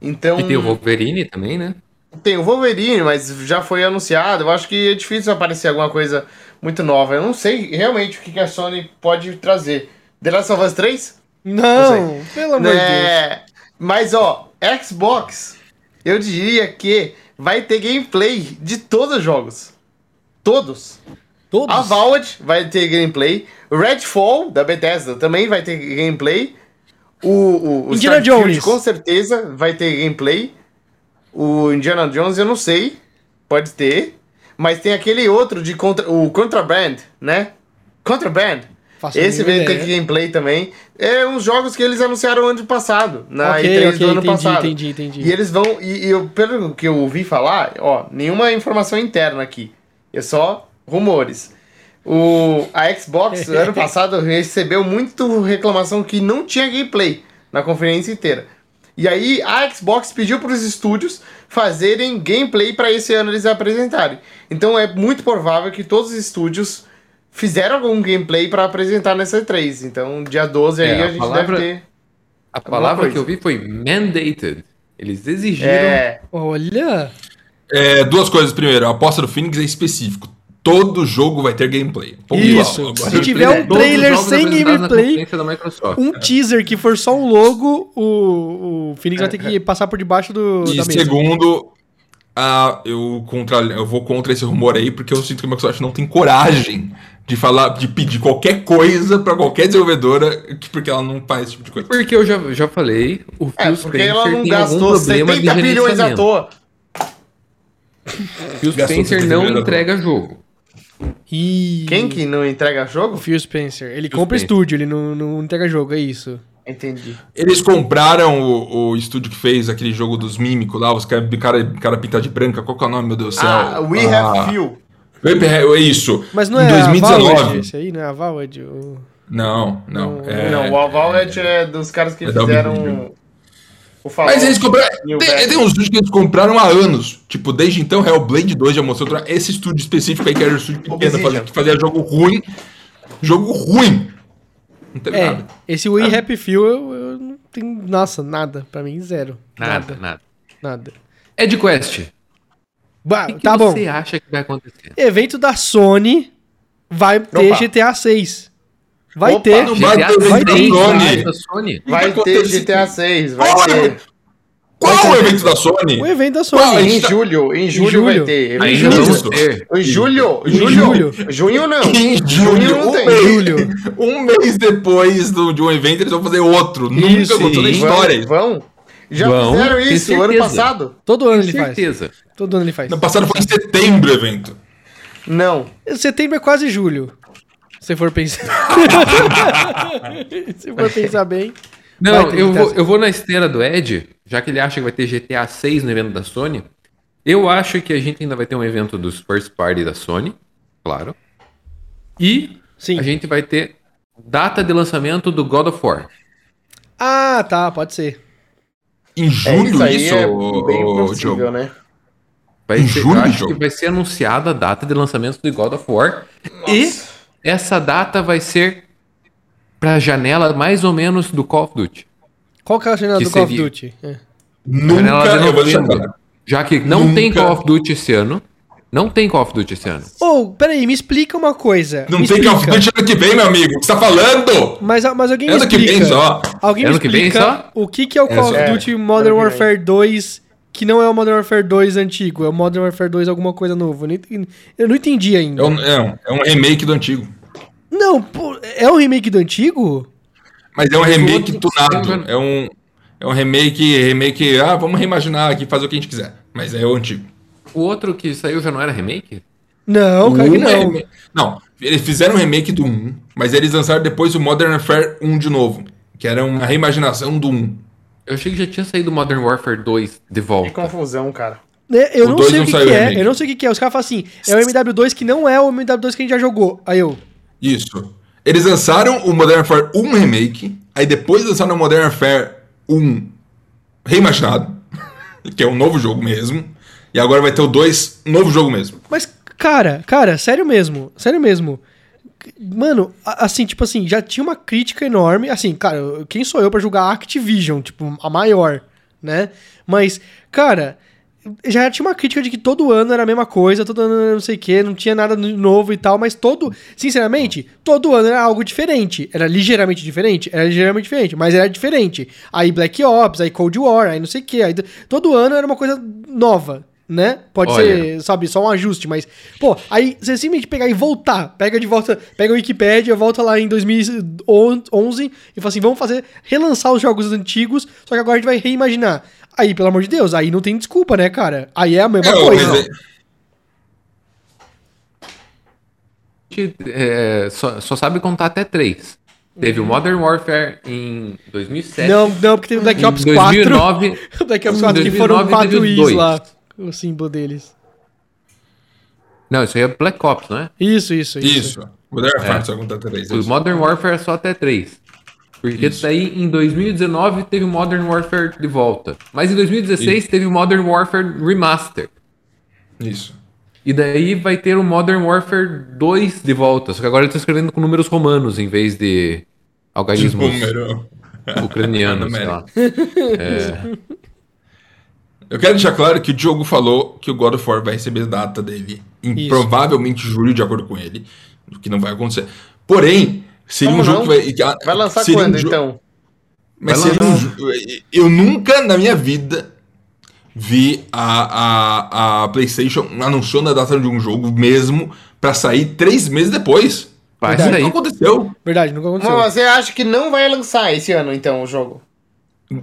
C: Então
A: e tem o Wolverine também, né?
C: tem o Wolverine, mas já foi anunciado. Eu acho que é difícil aparecer alguma coisa muito nova. Eu não sei realmente o que que a Sony pode trazer. The Last of Us 3?
B: Não, pelo amor de Deus.
C: É, Mas, ó, Xbox, eu diria que vai ter gameplay de todos os jogos. Todos.
B: Todos.
C: A Valve vai ter gameplay. Redfall, da Bethesda, também vai ter gameplay. O, o, o
B: Indiana
C: Starfield,
B: Jones.
C: com certeza, vai ter gameplay. O Indiana Jones, eu não sei. Pode ter. Mas tem aquele outro de contra, o Contraband, né? Contraband.
B: Faço a
C: Esse
B: mínima
C: vai ter
B: ideia.
C: gameplay também. É uns jogos que eles anunciaram ano passado, na
B: Ok,
C: E3
B: ok,
C: do ano
B: entendi,
C: passado.
B: entendi, entendi.
C: E eles vão. E, e eu, pelo que eu ouvi falar, ó, nenhuma informação interna aqui. É só rumores. O, a Xbox, ano passado, recebeu muito reclamação que não tinha gameplay na conferência inteira. E aí a Xbox pediu para os estúdios fazerem gameplay para esse ano eles apresentarem. Então é muito provável que todos os estúdios fizeram algum gameplay para apresentar nessa E3. Então dia 12 aí
A: É, a
C: a gente
A: palavra-
C: deve ter.
A: A palavra
C: É coisa.
A: que eu vi foi mandated. Eles exigiram.
C: É,
B: Olha,
D: É, duas coisas. Primeiro, a aposta do Phoenix é específico. Todo jogo vai ter gameplay. Ponto
B: Isso.
D: final.
B: Se tiver um
A: Todos os
B: trailer
A: jogos
B: sem
A: apresentados na
B: gameplay,
A: conferência da Microsoft.
B: um teaser que for só um logo, o, o Phoenix vai ter
C: É,
B: que passar por debaixo do,
D: E
B: da mesa.
D: segundo, ah, eu, contra, eu vou contra esse rumor aí, porque eu sinto que a Microsoft não tem coragem de falar, de pedir qualquer coisa pra qualquer desenvolvedora, que- porque ela não faz esse tipo de coisa.
A: Porque eu já, já falei, o Phil
C: é, porque
A: Spencer
C: ela não
A: tem
C: gastou
A: algum problema de
C: 70 bilhões à
A: gerenciamento.
C: toa.
A: Phil
D: Gastou
A: Spencer
D: 70
A: não
D: bilhões à toa.
A: entrega jogo.
B: E...
C: Quem que não entrega
B: O
C: jogo?
B: Phil Spencer. Ele
A: Phil
B: compra
A: Spencer.
B: estúdio, ele não, não entrega jogo, é isso.
C: Entendi.
D: Eles compraram o, o estúdio que fez aquele jogo dos mímicos lá, os cara, cara, cara pintado de branca, qual que é o nome, meu Deus do céu?
C: Ah, We Have Few.
D: Few. É isso.
B: Mas não é
D: em
B: a
D: 2019.
B: Valve esse aí, não é a Valve? o-
D: Não, não.
B: Não,
D: é-
C: Não, o Valvet é dos caras que
D: É da
C: fizeram
D: Ubisoft.
C: o Fallout.
D: Mas eles compraram.
C: E o
D: Tem,
C: Batman.
D: tem um uns estúdios que eles compraram há anos. Tipo, desde então, Hellblade 2 já mostrou. outra- Esse estúdio específico aí, que era o estúdio pequeno,
C: Obsidian.
D: fazia, que fazia jogo ruim. Jogo ruim. Não teve
B: É,
D: nada.
B: esse We Happy Few eu, eu não tenho... Nossa, nada. Pra mim, zero.
A: Nada, nada.
B: Nada.
A: Ed Quest.
B: Bah,
A: O que, que
B: tá bom.
A: você acha que vai acontecer?
B: Evento da Sony vai ter
C: Opa.
B: GTA 6. Vai
C: Opa,
B: ter.
D: não vai
A: GTA
D: ter
A: seis
B: evento
A: da
D: Sony.
A: da Sony.
C: Vai
D: Vai
C: ter
D: acontecer.
C: GTA 6, vai
D: Olha,
C: ter.
D: Qual
C: é
D: o evento da Sony?
B: Um evento da
D: Uau,
B: Sony.
D: hein?
C: Em
D: tá-
C: julho, em julho,
B: julho.
C: vai ter. Em
A: Ainda
C: julho.
A: vamos
D: Isso.
A: ter.
C: Em julho,
B: Em
C: julho.
B: julho.
C: Junho não.
D: Em
C: Junho
D: julho,
C: não
D: um
C: tem.
D: mês,
B: Julho.
D: um mês depois do- de um evento, eles vão fazer outro.
B: Isso,
D: Nunca aconteceu na
A: sim.
D: história. isso.
C: Vão? Já
A: Vão,
C: fizeram
A: tem
C: isso ano
A: certeza.
C: passado?
B: Todo ano
A: Com
B: ele faz.
A: certeza.
B: Todo ano ele faz.
D: No passado foi em setembro o evento.
C: Não.
B: Setembro é quase julho. Se for pensar. se for pensar bem. Vai
A: Não,
B: ter
A: eu
B: GTA
A: vou,
B: seis.
A: eu vou na esteira do Ed, já que ele acha que vai ter GTA 6 no evento da Sony. Eu acho que a gente ainda vai ter um evento dos First Party da Sony, claro. E
B: Sim.
A: a gente vai ter data de lançamento do God of War.
B: Ah, tá, pode ser.
D: Em
C: É,
D: julho,
C: isso
D: isso,
C: aí é
D: ô-
C: bem
D: ô, Diogo?
C: possível, né?
A: Vai
D: Em
A: ser, eu
D: julho,
A: acho
D: jogo?
A: que vai ser anunciada a data de lançamento do God of War. E essa data vai ser pra janela mais ou menos do Call of Duty.
B: Qual que é a janela
A: Que
B: do Call of
A: seria?
B: Duty? É.
D: Nunca
A: janela de
D: eu vou
A: novembro.
D: lembrar.
A: Já que não tem
D: Nunca.
A: Call of Duty esse ano. Não tem Call of Duty esse ano.
B: Ô, peraí, me explica uma coisa.
D: Não
B: me
D: tem Call of
B: explica.
D: Duty ano que vem, meu amigo. O que você tá falando?
B: Mas, mas alguém
D: É
B: me
D: ano que
B: explica.
D: vem só.
B: Alguém
A: É
B: me
A: ano que vem
B: explica o que, que é o Call of
D: só.
B: Duty
C: É,
B: Modern
C: ano que vem.
B: Warfare 2, que não é o Modern Warfare 2 antigo, é o Modern Warfare 2 alguma coisa nova. Eu não entendi, eu não entendi ainda.
D: É um, é um- é um remake do antigo.
B: Não, pô, é um remake do antigo?
D: Mas é um remake
A: outro-
D: tunado. É um, é um remake, remake. Ah, vamos reimaginar aqui, fazer o que a gente quiser. Mas é o antigo.
A: O outro que saiu já não era remake?
B: Não,
D: O
B: cara, que
D: um é
B: não.
D: reme- não, eles fizeram um remake do 1, mas eles lançaram depois o Modern Warfare 1 de novo. Que era uma reimaginação do 1.
A: Eu achei que já tinha saído Modern Warfare 2 de
C: Que
A: volta.
C: confusão, cara.
B: É, eu
D: O
B: não
D: dois
B: sei o
D: não
B: que,
D: saiu
B: que é,
D: remake.
B: eu não sei o que, que é. Os caras falam assim, é o MW2 que não é o MW2 que a gente já jogou. Aí eu,
D: Isso. Eles lançaram o Modern Warfare 1 remake, aí depois lançaram o Modern Warfare 1 reimaginado, que é um novo jogo mesmo, e agora vai ter o 2, um novo jogo mesmo.
B: mas cara, cara, sério mesmo, sério mesmo. Mano, a- assim, tipo assim, já tinha uma crítica enorme, assim, cara, eu- quem sou eu pra julgar a Activision, tipo, a maior, né? Mas, cara, já tinha uma crítica de que todo ano era a mesma coisa, todo ano era não sei o que, não tinha nada no- novo e tal, mas todo, sinceramente, todo ano era algo diferente. Era ligeiramente diferente? Era ligeiramente diferente, mas era diferente. Aí Black Ops, aí Cold War, aí não sei o que, aí do- todo ano era uma coisa nova, né? Pode
A: Olha.
B: ser, sabe, só um ajuste, mas, pô, aí você simplesmente pegar e voltar, pega de volta, pega o Wikipedia, volta lá em 2011 e fala assim, vamos fazer, relançar os jogos antigos, só que agora a gente vai reimaginar. Aí, pelo amor de Deus, aí não tem desculpa, né, cara? Aí é a mesma
D: É,
B: coisa.
D: mas é-
A: A gente é, só, só sabe contar até três. Teve o Modern Warfare em
D: é.
A: 2007.
B: Não, não, porque teve o Black
A: Em
B: Ops
A: 2009,
B: 4. Black Ops
A: em
B: 4 que foram
A: 2009
B: quatro
A: teve
B: Is
A: os dois.
B: lá. O símbolo deles.
A: Não, isso aí é Black Ops, não é?
B: Isso, isso, isso.
D: Isso. Modern Warfare só conta três,
A: O
D: isso.
A: Modern Warfare é só até 3. Porque
D: Isso.
A: daí em 2019 teve o Modern Warfare de volta. Mas em 2016 teve o Modern Warfare Remaster.
D: Isso.
A: E daí vai ter o Modern Warfare 2 de volta. Só que agora eles estão escrevendo com números romanos em vez de
D: De
A: algarismos
D: número.
A: ucranianos, sei lá.
D: Numérico. Eu quero deixar claro que o Diogo falou que o God of War vai receber a data dele em
B: Isso.
D: provavelmente julho, de acordo com ele, o que não vai acontecer. Porém, seria
C: Como
D: um jogo
C: não?
D: que vai.
C: Vai lançar
D: seria um
C: quando,
D: jo-
C: então?
D: Mas
A: Vai
D: seria um jo- eu nunca na minha vida vi a, a, a PlayStation anunciando a data de um jogo mesmo pra sair três meses depois.
A: Vai
B: Verdade.
D: Não
A: sair.
D: aconteceu.
B: Verdade, nunca
C: Mas
B: aconteceu.
C: você acha que não vai lançar esse ano, então, o jogo?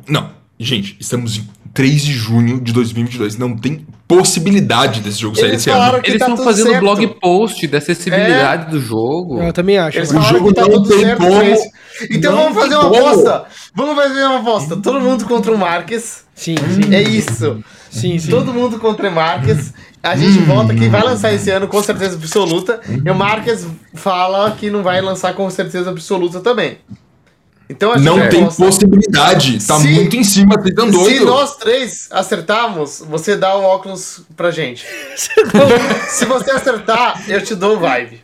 D: Não, gente, estamos em 3 de junho de 2022. Não tem possibilidade desse jogo sair
C: Eles
D: esse ano.
C: falaram que
A: Eles
C: tá
A: estão
C: tudo
A: fazendo
C: certo.
A: blog post da acessibilidade do jogo.
B: Eu também acho.
C: Eles
B: mano.
C: falaram
D: jogo
C: que tá
D: não
C: tudo
D: tem
C: certo
D: como.
C: com esse. Então
D: Não
C: vamos fazer
D: tem
C: uma
D: como.
C: aposta. Vamos fazer uma aposta. Todo mundo contra o Marques.
B: Sim, sim.
C: É isso.
B: Sim, sim.
C: Todo mundo contra o Marques. A
D: Hum.
C: gente volta quem vai lançar esse ano com certeza absoluta. E o Marques fala que não vai lançar com certeza absoluta também. Então a gente
D: Não tem
C: aposta.
D: possibilidade. Tá
C: Se-
D: muito em cima, vocês estão
C: Se
D: doido.
C: nós três acertarmos, você dá o óculos pra gente.
B: um
C: Se você acertar, eu te dou o vibe.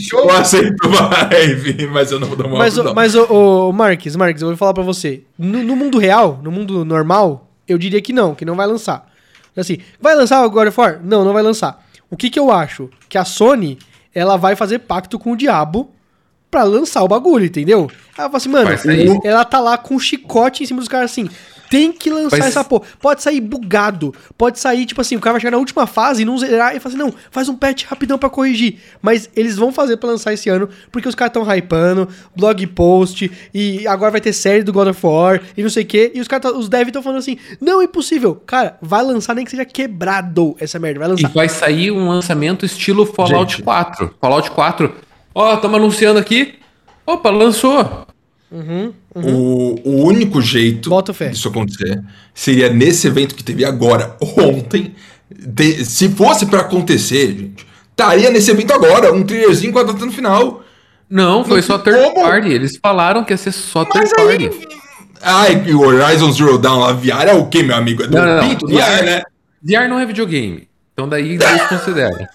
C: Show?
D: Eu aceito vibe, mas eu não vou dar uma
B: Mas, o-
D: não.
B: mas o, o Marques, Marques, eu vou falar pra você. No, no mundo real, no mundo normal, eu diria que não, que não vai lançar. Assim, vai lançar o God of War? Não, não vai lançar. O que que eu acho? Que a Sony, ela vai fazer pacto com o diabo pra lançar o bagulho, entendeu? Ela fala assim, mano,
A: Vai sair.
B: ela tá lá com um chicote em cima dos caras assim, tem que lançar
A: Vai-
B: essa porra. Ah, Pode sair bugado, pode sair, tipo assim, o cara vai chegar na última fase e não zerar e falar assim, não, faz um patch rapidão pra corrigir. Mas eles vão fazer pra lançar esse ano, porque os caras tão hypando, blog post, e agora vai ter série do God of War, e não sei o quê, e os caras, tá- os devs estão falando assim, não, é impossível. Cara, vai lançar nem que seja quebrado essa merda, vai
A: E
B: lançar.
A: vai sair um lançamento estilo Fallout
D: Gente.
A: 4. Fallout 4. Ó, estamos anunciando aqui. Opa, lançou.
D: O, o único jeito
B: Bota fé.
D: disso acontecer seria nesse evento que teve agora, ontem. Te- se fosse pra acontecer, gente, estaria nesse evento agora, um trailerzinho com a data no final.
A: Não, foi
D: Não
A: só
D: tem
A: third
D: como.
A: party. Eles falaram que ia ser só third
D: aí-
A: party.
D: Ai, e o Horizon Zero Dawn, a VR é o quê, meu amigo? É do
A: Não, não, não.
D: pinto do ar, né?
A: VR não é videogame. Então daí eles consideram.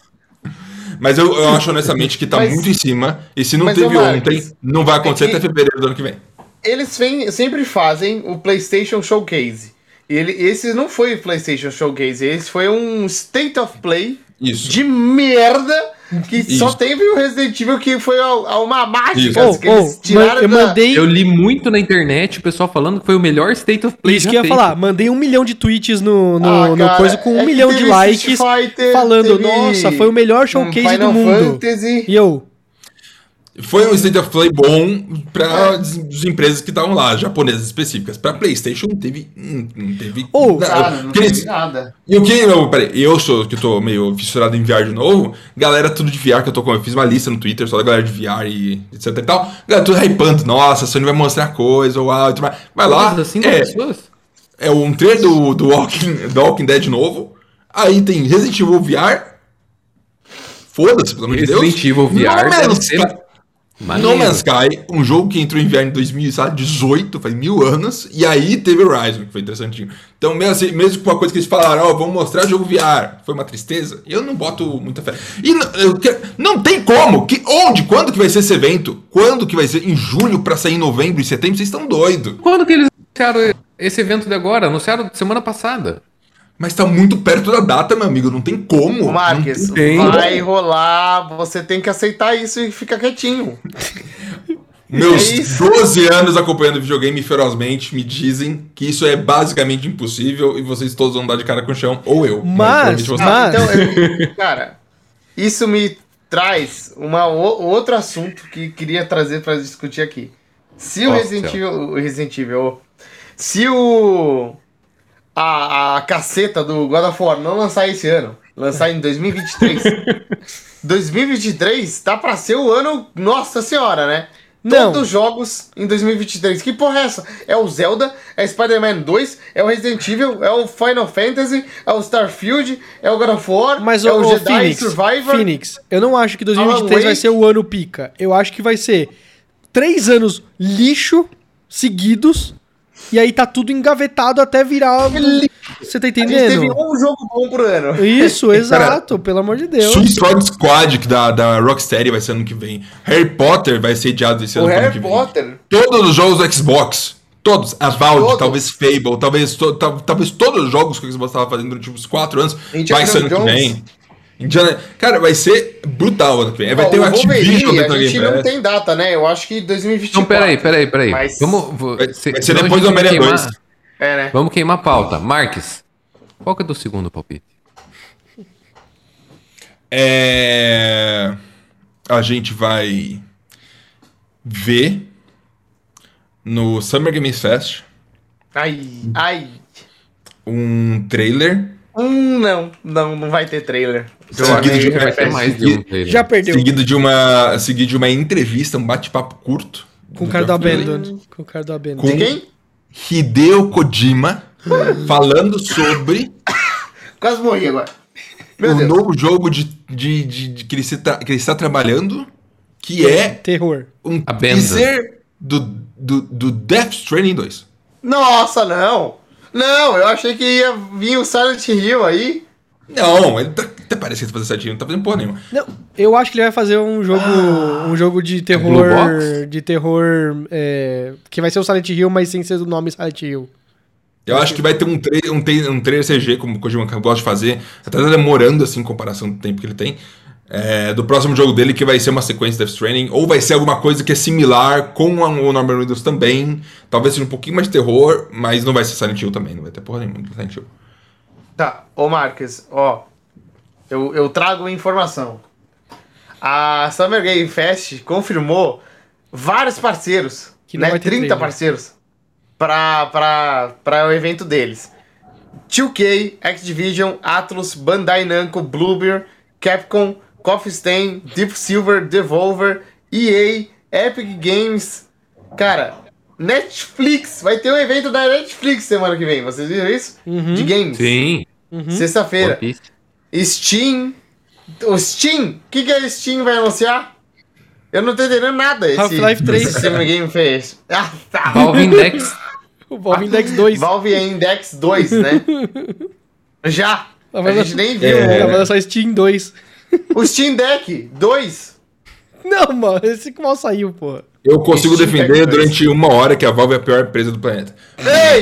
D: Mas eu, eu acho honestamente que tá
C: Mas-
D: muito em cima. E se não
C: mas,
D: teve
C: ô, Marcos,
D: ontem, não vai acontecer
C: é que-
D: até fevereiro do ano que vem.
C: Eles vem- sempre fazem o PlayStation Showcase. E ele, esse não foi o PlayStation Showcase, esse foi um State of Play
D: Isso.
C: de merda que só teve o Resident Evil que foi a, a uma mágica
B: Ô,
C: que eles
B: ô,
C: tiraram
B: Oh, man- eu
C: da-
B: mandei.
A: Eu li muito na internet o pessoal falando que foi o melhor State of Play
B: Isso
A: já
B: que eu ia
A: feito.
B: falar, mandei um milhão de tweets no, no,
C: Ah,
B: no
C: cara,
B: coisa com um
C: é que
B: milhão
C: teve
B: de likes
C: Street Fighter,
B: falando,
C: teve um
B: nossa, foi o melhor showcase
C: Final
B: do mundo.
C: Fantasy.
B: E eu,
D: Foi um State of Play bom para
C: É.
D: as empresas que estavam lá, japonesas específicas. Para PlayStation não teve. hum, Não teve
B: Ou,
D: nada.
C: Cara, não
D: Que
C: teve
D: eles-
C: nada.
D: E o que. Eu, peraí, eu sou que tô meio fissurado em VR de novo. Galera, tudo de VR que eu tô com. Eu fiz uma lista no Twitter só da galera de VR e etc e tal. Galera, tudo hypando. Nossa, a Sony vai mostrar coisa, uau, e tudo mais. Vai lá.
A: Todas as cinco
D: é,
A: pessoas?
D: é um trailer do, do, Walking, do Walking Dead novo. Aí tem Resident Evil VR. Foda-se, pelo amor de Deus.
A: Resident Evil VR
D: No
A: deve
D: Man's
A: ser
D: Sky-
A: maneiro.
D: No Man's Sky, um jogo que entrou em VR em 2018, faz mil anos, e aí teve Horizon, que foi interessantinho. Então, mesmo, assim, mesmo com uma coisa que eles falaram, ó, vamos mostrar jogo VR, foi uma tristeza, eu não boto muita fé. E n- eu que- não tem como, que, onde, quando que vai ser esse evento? Quando que vai ser? Em julho pra sair em novembro, em setembro? Vocês estão doidos.
A: Quando que eles anunciaram esse evento de agora? Anunciaram semana passada.
D: Mas tá muito perto da data, meu amigo, não tem como.
C: Marques,
D: não tem.
C: vai rolar, você tem que aceitar isso e ficar quietinho.
D: Meus
C: É isso.
D: 12 anos acompanhando videogame ferozmente me dizem que isso é basicamente impossível e vocês todos vão dar de cara com o chão, ou eu. né,
B: Mas-
D: provavelmente você-
B: mas-
C: Então, eu- cara, isso me traz uma, o- outro assunto que queria trazer pra discutir aqui. Se o
A: Nossa,
C: Resident
A: céu.
C: Evil, o Resident Evil, se o a, a caceta do God of War não lançar esse ano, lançar em 2023. 2023 tá pra ser o ano, nossa senhora, né?
B: Não.
C: Todos os jogos em 2023. Que porra é essa? É o Zelda, é Spider-Man 2, é o Resident Evil, é o Final Fantasy, é o Starfield, é o God of War,
B: mas
C: é
B: o,
C: o
B: o
C: Jedi
B: Phoenix,
C: Survivor.
B: Phoenix, eu não acho que 2023
C: Alan
B: vai
C: Wake.
B: ser o ano pica. Eu acho que vai ser três anos lixo seguidos e aí tá tudo engavetado até virar. um Você tá
C: A gente teve
B: entendendo?
C: um jogo bom pro ano.
B: Isso, exato, pelo amor de Deus.
D: Suicide Squad que da, da Rocksteady vai ser ano que vem. Harry Potter vai ser adiado esse
C: O
D: ano pro ano
C: Harry
D: que vem.
C: Potter.
D: Todos os jogos do Xbox. Todos. A Valve,
C: Todos.
D: talvez Fable, talvez, to- tal- talvez todos os jogos que o Xbox estava fazendo durante os 4 anos.
C: Indiana
D: vai ser ano
C: Jones.
D: que vem. Indiana... Cara, vai ser brutal ano que vem. É, Vai
C: Ó,
D: ter o
C: o
D: Activision
C: Wolverine,
D: dentro da
C: a gente
D: Game
C: não
D: Pass.
C: tem data, né? Eu acho que 2024.
A: Então, peraí, peraí, peraí.
C: Mas-
A: Vamos, vou-
D: Tipo, Vai,
A: se-
D: vai ser
A: senão a
D: depois do
A: gente vai
D: Homem-Aranha
A: queimar-
D: 2.
C: É, né?
A: Vamos queimar a pauta. Marques, qual que é o teu segundo palpite?
D: É... A gente vai ver no Summer Game Fest
C: Ai, ai.
D: um trailer
C: Hum, não, não, não vai ter trailer.
D: Seguido de-
A: Vai ter mais de um trailer.
B: Já perdeu.
D: seguido de uma seguido de uma entrevista, um bate-papo curto
B: Com o
D: do
B: cara do
D: Jeff Keighley
B: Abandon. Com o cara do Abandon.
D: Com-
C: De quem?
D: Hideo Kojima falando sobre
C: Quase morri agora. Meu
D: o
C: Deus.
D: novo jogo de, de, de- de que, ele se tá- que ele está trabalhando, que é
B: Terror.
D: um
A: A Benda.
D: teaser do, do, do Death Stranding 2.
C: Nossa, não! Não, eu achei que ia vir o Silent Hill aí.
D: Não, ele tá, até parece que ele tá fazendo certinho, não tá fazendo porra nenhuma.
B: Não, eu acho que ele vai fazer um jogo,
C: Ah.
B: um jogo de
A: Blue
B: terror,
A: Box?
B: de terror é, que vai ser o Silent Hill, mas sem ser o nome Silent Hill.
D: Eu acho que vai ter um, tra um, tra um trailer CG, como o Kojima gosta de fazer, até tá demorando assim em comparação do tempo que ele tem. é, do próximo jogo dele, que vai ser uma sequência de Death Stranding, ou vai ser alguma coisa que é similar com a- o Norman Reedus também. Talvez seja um pouquinho mais de terror, mas não vai ser Silent Hill também, não vai ter porra nenhuma de Silent Hill.
C: Tá, ô Marques, ó. Eu, eu trago informação. A Summer Game Fest confirmou vários parceiros,
B: Que não
C: né?
B: vai ter
C: 30
B: trailer.
C: parceiros pra, pra, pra o evento deles. 2K, Activision, Atlus, Bandai Namco, Bluebeer, Capcom, Coffee Stain, Deep Silver, Devolver, EA, Epic Games. Cara, Netflix! Vai ter um evento da Netflix semana que vem, vocês viram isso?
B: Uhum.
C: De games.
A: Sim.
C: Uhum. Sexta-feira.
A: One Piece.
C: Steam. O Steam? O que, que a Steam vai anunciar? Eu não tô entendendo nada. esse-
B: Half-Life 3.
C: esse Summer Game Fest. Ah, tá.
A: Valve Index.
B: O
C: Ah,
B: Valve Index 2.
C: Valve é Index 2, né? Já!
B: Tá
C: A
B: vendo?
C: gente nem viu.
B: É, vai lançar Steam 2.
C: O Steam Deck 2.
B: Não, mano, esse que mal saiu, porra.
D: Eu consigo
C: Ixi,
D: defender
C: Jack
D: durante uma hora que a Valve é a pior empresa do planeta.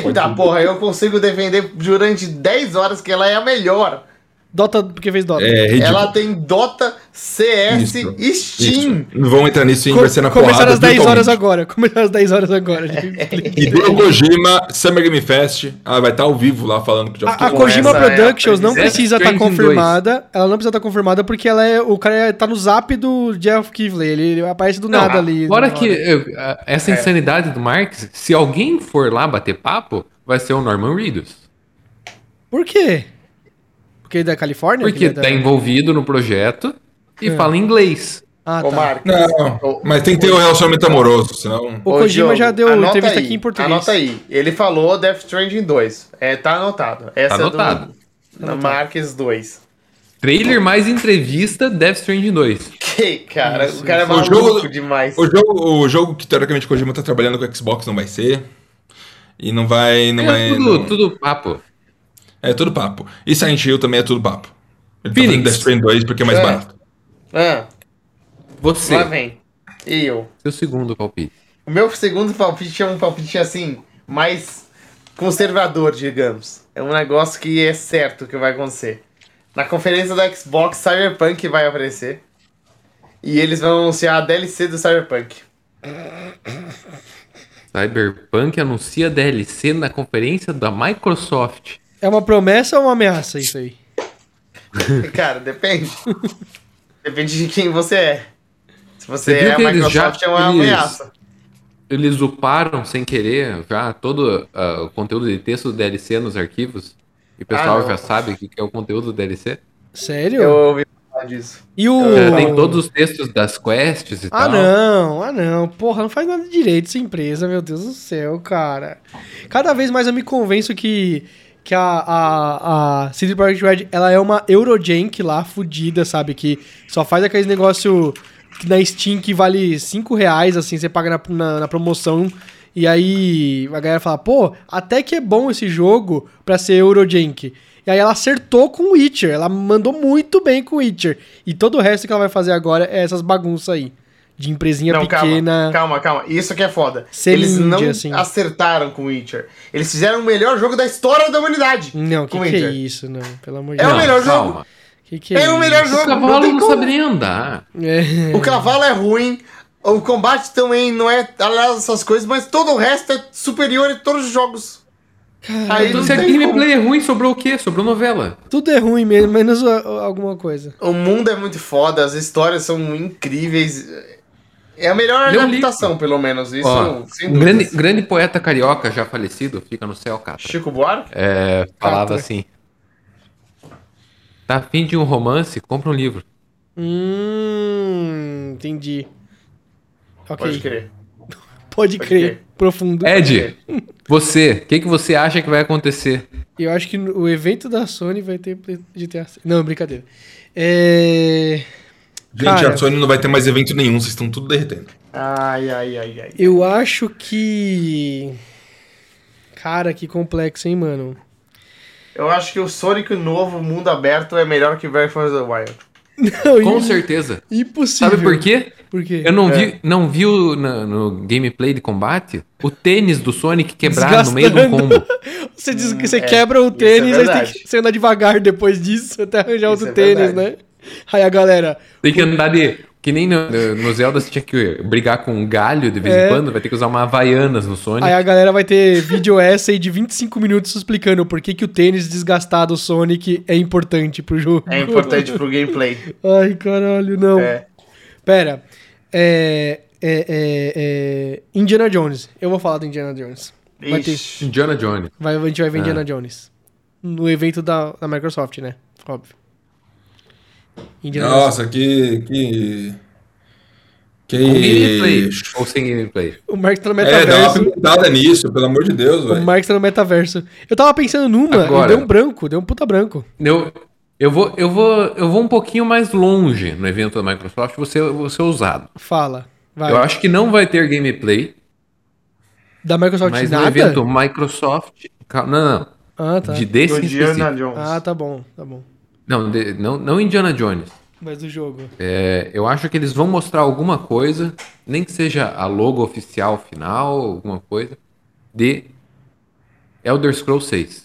C: Eita porra, eu consigo defender durante 10 horas que ela é a melhor.
B: Dota porque fez Dota.
D: É ridículo.
C: Ela tem Dota, CS
D: Isso,
C: e Steam.
D: Isso. Não vamos entrar nisso e
B: Co-
D: vai ser na
B: começaram
D: porrada.
B: às 10 horas
D: virtualmente.
B: agora. Começaram às 10 horas agora. a gente explica.
D: Hideo Kojima, Summer Game Fest. Ah, vai estar ao vivo lá falando com o Geoff
B: A, a
D: Keighley.
C: Com
B: Kojima
C: essa é a
B: Productions não
C: previsão.
B: precisa estar
A: Stranding
B: confirmada. Ela não precisa estar confirmada porque ela é, o cara tá no zap do Jeff Kivley. Ele, ele aparece do nada ali.
A: Fora
B: na
A: que
B: hora.
A: eu- a-
D: É.
A: essa insanidade do Marx, se alguém for lá bater papo, vai ser o Norman Reedus.
B: Por quê? Porque ele é da Califórnia?
A: Porque
B: Ele é da-
A: tá envolvido no projeto e
B: É.
A: fala inglês.
B: Ah,
C: Ô,
B: tá.
C: Marcos.
D: Não, mas tem que ter um relacionamento amoroso, senão.
B: O
C: Ô,
B: Kojima
C: Diogo,
B: já deu
C: anota
B: entrevista
C: aí,
B: aqui em português.
C: Anota aí. Ele falou Death Stranding 2. É, tá anotado. Essa
A: Tá anotado.
C: É do, na Marques 2.
A: Trailer mais entrevista Death Stranding 2.
C: Que cara, o cara é
D: O
C: maluco
D: jogo-
C: demais.
D: O jogo, o jogo que teoricamente o Kojima tá trabalhando com o Xbox não vai ser. E não vai. Não
A: É
D: vai
A: tudo,
D: não-
A: tudo papo.
D: É tudo papo. E Silent Hill também é tudo papo. Ele tá
A: Phoenix.
D: fazendo Death Stranding 2 porque é mais
C: É.
D: barato.
C: Ah,
A: Você,
C: lá vem. E eu.
A: seu segundo palpite.
C: O meu segundo palpite é um palpite assim, mais conservador, digamos. É um negócio que é certo que vai acontecer. Na conferência da Xbox, Cyberpunk vai aparecer. E eles vão anunciar a DLC do Cyberpunk.
A: Cyberpunk anuncia DLC na conferência da Microsoft.
B: É uma promessa ou uma ameaça isso aí?
C: Cara, depende. depende de quem você é. Se
A: Você
C: você
A: viu
C: é a
A: que eles já-
C: Microsoft, é uma
A: eles-
C: ameaça.
A: Eles uparam sem querer já todo ah, o conteúdo de texto do DLC nos arquivos. E o pessoal
C: Ah, não.
A: já sabe o que que é o conteúdo do DLC.
B: Sério?
C: Eu ouvi falar disso.
B: E o.
A: Já É, tem todos os textos das quests e
B: Ah
A: tal.
B: não, ah não, porra, não faz nada direito essa empresa, meu Deus do céu, cara. Cada vez mais eu me convenço que, que a, a, a CD Projekt Red, ela é uma Eurojank lá, fudida, sabe? Que só faz aqueles negócio que na Steam que vale 5 reais, assim, você paga na, na, na promoção. E aí a galera fala, pô, até que é bom esse jogo pra ser Eurojank. E aí ela acertou com o Witcher, ela mandou muito bem com o Witcher. E todo o resto que ela vai fazer agora é essas bagunças aí. De empresinha
C: Não,
B: pequena.
C: calma, calma, calma. Isso que é foda.
B: Ser
C: eles
B: indie,
C: não
B: assim.
C: acertaram com o Witcher. Eles fizeram o melhor jogo da história da humanidade.
B: Não, que
C: com o
B: que é
C: Witcher.
B: isso, não, pelo amor de
C: É o
B: Deus.
C: melhor jogo.
A: Calma.
B: Que que
C: É o melhor
A: O
C: jogo. não
A: cavalo
C: tem
A: não
C: como.
A: sabe nem andar.
B: É.
C: O cavalo é ruim. O combate também não é aliás, essas coisas, mas todo o resto é superior em todos os jogos. Aí
A: Então,
C: não
A: se a
C: tem como.
A: gameplay é ruim, sobrou o quê? Sobrou novela.
B: Tudo é ruim mesmo, menos a- a- alguma coisa.
C: O mundo é muito foda, as histórias são incríveis. É a melhor
A: Lê um
C: adaptação, pelo menos. Isso, é
A: Ó,
C: sem
A: um
C: dúvida.
A: grande, grande poeta carioca já falecido, fica no céu, Catra.
C: Chico Buarque?
A: É, falava
B: Catra.
A: assim: Tá afim de um romance? Compra um livro.
B: Hum, entendi. Ok,
C: Pode crer.
B: Pode
C: Pode
B: crer.
C: crer.
B: Profundo.
A: Ed, você, o que, que você acha que vai acontecer?
B: Eu acho que o evento da Sony vai ter Play- GTA VI. Não, brincadeira. É...
D: Gente,
B: Cara.
D: a Sony não vai ter mais evento nenhum, vocês estão tudo derretendo.
C: Ai, ai, ai, ai.
B: Eu acho que... Cara, que complexo, hein, mano?
C: Eu acho que o Sonic novo, mundo aberto, é melhor que Breath of the Wild.
B: Não,
A: Com
B: im-
A: certeza.
B: Impossível. É.
A: Sabe por quê?
B: Por quê?
A: Eu não vi, não vi o- na- no, gameplay de combate o tênis do Sonic quebrado no meio
B: Desgastando.
A: de um combo.
B: Você, diz que você
C: é,
B: quebra o
C: isso é
B: tênis, aí tem
C: verdade.
B: que você andar devagar depois disso até arranjar
C: Isso
B: outro
C: é
B: tênis, né?
C: verdade.
B: Aí a galera,
A: Tem que andar de. Que nem no, no Zelda você tinha que brigar com um galho de vez
B: É.
A: em quando, vai ter que usar uma Havaianas no Sonic.
B: aí a galera vai ter vídeo essay de 25 minutos explicando por que, que o tênis desgastado do Sonic é importante pro jogo.
C: É importante pro gameplay.
B: Ai, caralho, não.
C: É.
B: Pera. É, é, é, é, Indiana Jones. Eu vou falar do Indiana Jones. Vai ter-
C: Ixi.
A: Indiana Jones.
B: Vai, a gente vai ver
A: Ah.
B: Indiana Jones. No evento da, da Microsoft, né? Óbvio. Indiana Jones.
D: Nossa, que. Que.
A: Com gameplay
D: Que.
A: ou sem gameplay?
B: O Mark tá no
D: É, dá uma
B: metaverso.
D: pimentada nisso, pelo amor de Deus,
B: O
D: velho.
B: Marx tá no metaverso. Eu tava pensando numa
A: Agora.
B: e deu um branco, deu um puta branco.
A: Eu, eu, vou, eu, vou, eu vou um pouquinho mais longe no evento da Microsoft, você vou ser ousado.
B: Fala. Vai.
A: Eu acho que não vai ter gameplay,
B: da Microsoft
A: mas no
B: nada?
A: evento Microsoft. Cal- Não, não.
B: Ah, tá.
A: De desse
C: Do
A: em
C: Diana
A: específico.
C: Jones.
B: Ah, tá bom, tá bom.
A: Não, de- não, não Indiana Jones.
B: Mas do jogo.
A: É, eu acho que eles vão mostrar alguma coisa, nem que seja a logo oficial final, alguma coisa, de Elder Scrolls 6.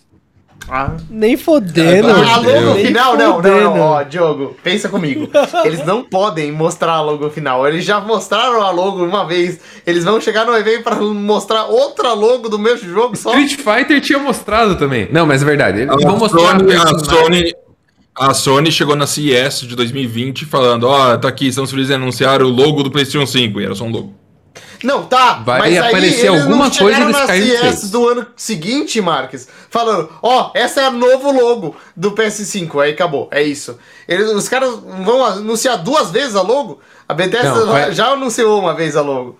C: Ah.
B: Nem fodendo.
D: Ah,
C: a
D: Meu
C: logo final?
D: Deus.
B: Nem
C: Não, não, não.
B: fudendo.
C: Ó, Diogo, pensa comigo. Eles não podem mostrar a logo final. Eles já mostraram a logo uma vez. Eles vão chegar no evento pra mostrar outra logo do mesmo jogo só. Ah,
A: Street Fighter tinha mostrado também. Não, mas é verdade. Eles né? vão
D: A
A: mostrar
D: Sony, a,
A: personagem.
D: Sony, a Sony chegou na CES de 2020 falando: Ó, tá aqui, estamos felizes em anunciar o logo do PlayStation 5. E era só um logo.
C: Não, tá.
A: Vai
C: mas
A: aparecer
C: aí eles
A: alguma
C: não chegaram
A: coisa
C: na
A: nesse Skyrim
C: CS
A: seis.
C: do ano seguinte, Marques, falando, ó, essa é a novo logo do PS5. Aí acabou, é isso. Eles, os caras vão anunciar duas vezes a logo? A Bethesda
A: Não, vai-
C: já anunciou uma vez a logo.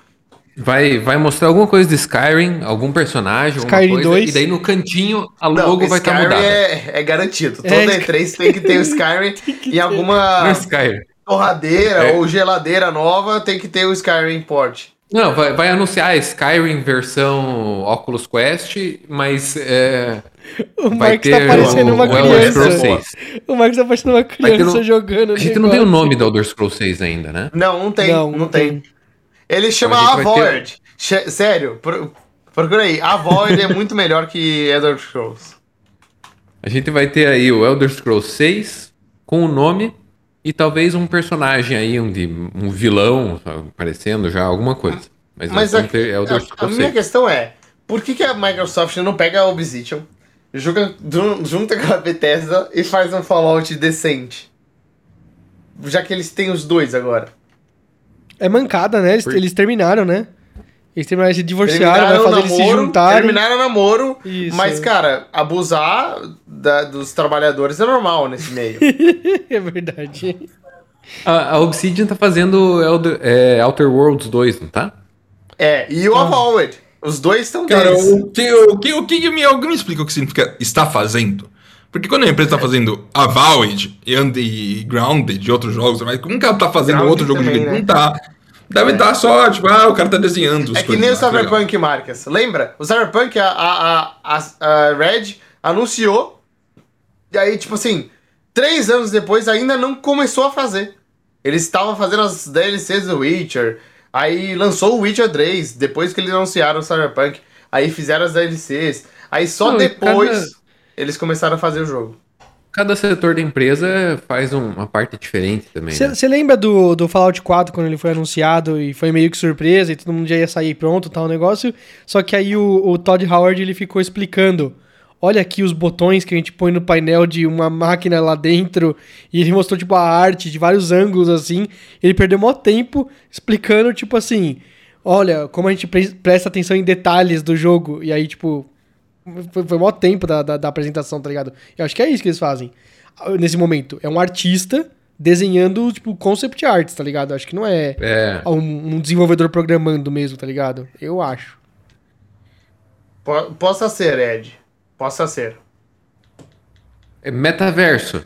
A: Vai, vai mostrar alguma coisa de Skyrim, algum personagem, alguma
B: Skyrim
A: coisa,
B: 2.
A: e daí no cantinho a
C: Não,
A: logo vai tá estar
C: Skyrim
A: mudada.
C: é, é garantido. Toda
B: É,
C: E3 tem que ter o Skyrim e alguma
A: Não é Skyrim.
C: torradeira
A: É.
C: ou geladeira nova tem que ter o Skyrim port.
A: Não, vai, vai anunciar Skyrim versão Oculus Quest, mas é,
B: O
A: vai
B: Marcos tá
A: ter
B: parecendo
A: o,
B: uma
A: o Elder Scrolls
B: criança.
A: 6.
B: O Marcos tá parecendo uma
A: Vai ter
B: criança
A: um-
B: jogando.
A: A gente não tem o
B: negócio.
A: nome do Elder Scrolls 6 ainda, né?
C: Não, não tem,
B: Não,
C: não,
B: não
C: tem. Ele chama
A: Então a gente vai ter-
C: Avoid. Che- Sério, pro- procura aí. Avoid é muito melhor que Elder Scrolls.
A: A gente vai ter aí o Elder Scrolls 6 com o nome e talvez um personagem aí, um, de, um vilão sabe, aparecendo já, alguma coisa. Mas,
C: Mas a,
A: nós vamos ter É Elder
C: a- a
A: Scrolls
C: minha
A: 6.
C: questão é, por que, que a Microsoft não pega a Obsidian, joga, du- junta com a Bethesda e faz um Fallout decente? Já que eles têm os dois agora.
B: É mancada, né? Eles, eles terminaram, né? Eles terminaram, eles se divorciaram, vai
C: Terminaram o
B: fazer eles se
C: namoro,
B: juntarem.
C: terminaram o namoro,
B: Isso. é.
C: mas, cara, abusar da- dos trabalhadores é normal nesse meio.
B: É verdade.
A: A, a Obsidian tá fazendo Elder, é, Outer Worlds 2, não tá?
C: É, e o
B: Tá.
C: Avowed. Os dois estão
D: Cara,
C: deles.
D: o que, o que, o que me, alguém me explica o que significa está fazendo? Porque quando a empresa tá fazendo Avowed e And- e Grounded e outros jogos, mas como que ela tá fazendo
C: Grounded
D: outro jogo
C: também,
D: de
C: né?
D: Não tá. Deve estar só, tipo, ah, o cara tá desenhando. as
C: É que
D: coisas
C: nem o
D: lá, tá legal.
C: Cyberpunk Marcas. Lembra? O Cyberpunk, a, a, a, a- a Red anunciou. E aí, tipo assim, três anos depois ainda não começou a fazer. Eles estavam fazendo as DLCs do Witcher. Aí lançou o Witcher 3, depois que eles anunciaram o Cyberpunk. Aí fizeram as DLCs. Aí só
A: Não, e
C: depois
A: cada-
C: eles começaram a fazer o jogo.
A: Cada setor da empresa faz um- uma parte diferente também. né?
B: Você lembra do, do Fallout 4 quando ele foi anunciado e foi meio que surpresa e todo mundo já ia sair pronto tal o negócio? Só que aí o, o Todd Howard ele ficou explicando. Olha aqui os botões que a gente põe no painel de uma máquina lá dentro. E ele mostrou, tipo, a arte de vários ângulos, assim. Ele perdeu maior tempo explicando, tipo assim. Olha, como a gente pre- presta atenção em detalhes do jogo. E aí, tipo, Foi, foi o maior tempo da, da, da apresentação, tá ligado? Eu acho que é isso que eles fazem ah, nesse momento. É um artista desenhando, tipo, concept arts, tá ligado? Eu acho que não é,
A: É.
B: um, um desenvolvedor programando mesmo, tá ligado? Eu acho.
C: Po- Possa ser, Ed. Possa ser.
A: é metaverso.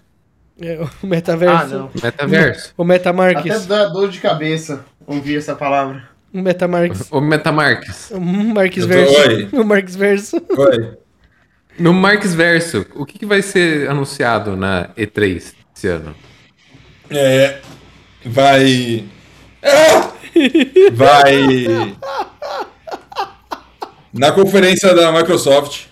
B: É, o metaverso.
C: Ah, não.
A: Metaverso.
B: O Metamarques.
C: Até dá dor de cabeça ouvir essa palavra.
B: O Metamarques.
A: Ou metamarques.
B: O Marques
D: Eu tô-
B: Verso. O Marques Verso.
D: Oi.
A: No Marques Verso, o que, que vai ser anunciado na E3 esse ano?
D: É. Vai. Ah! Vai. Na conferência da Microsoft.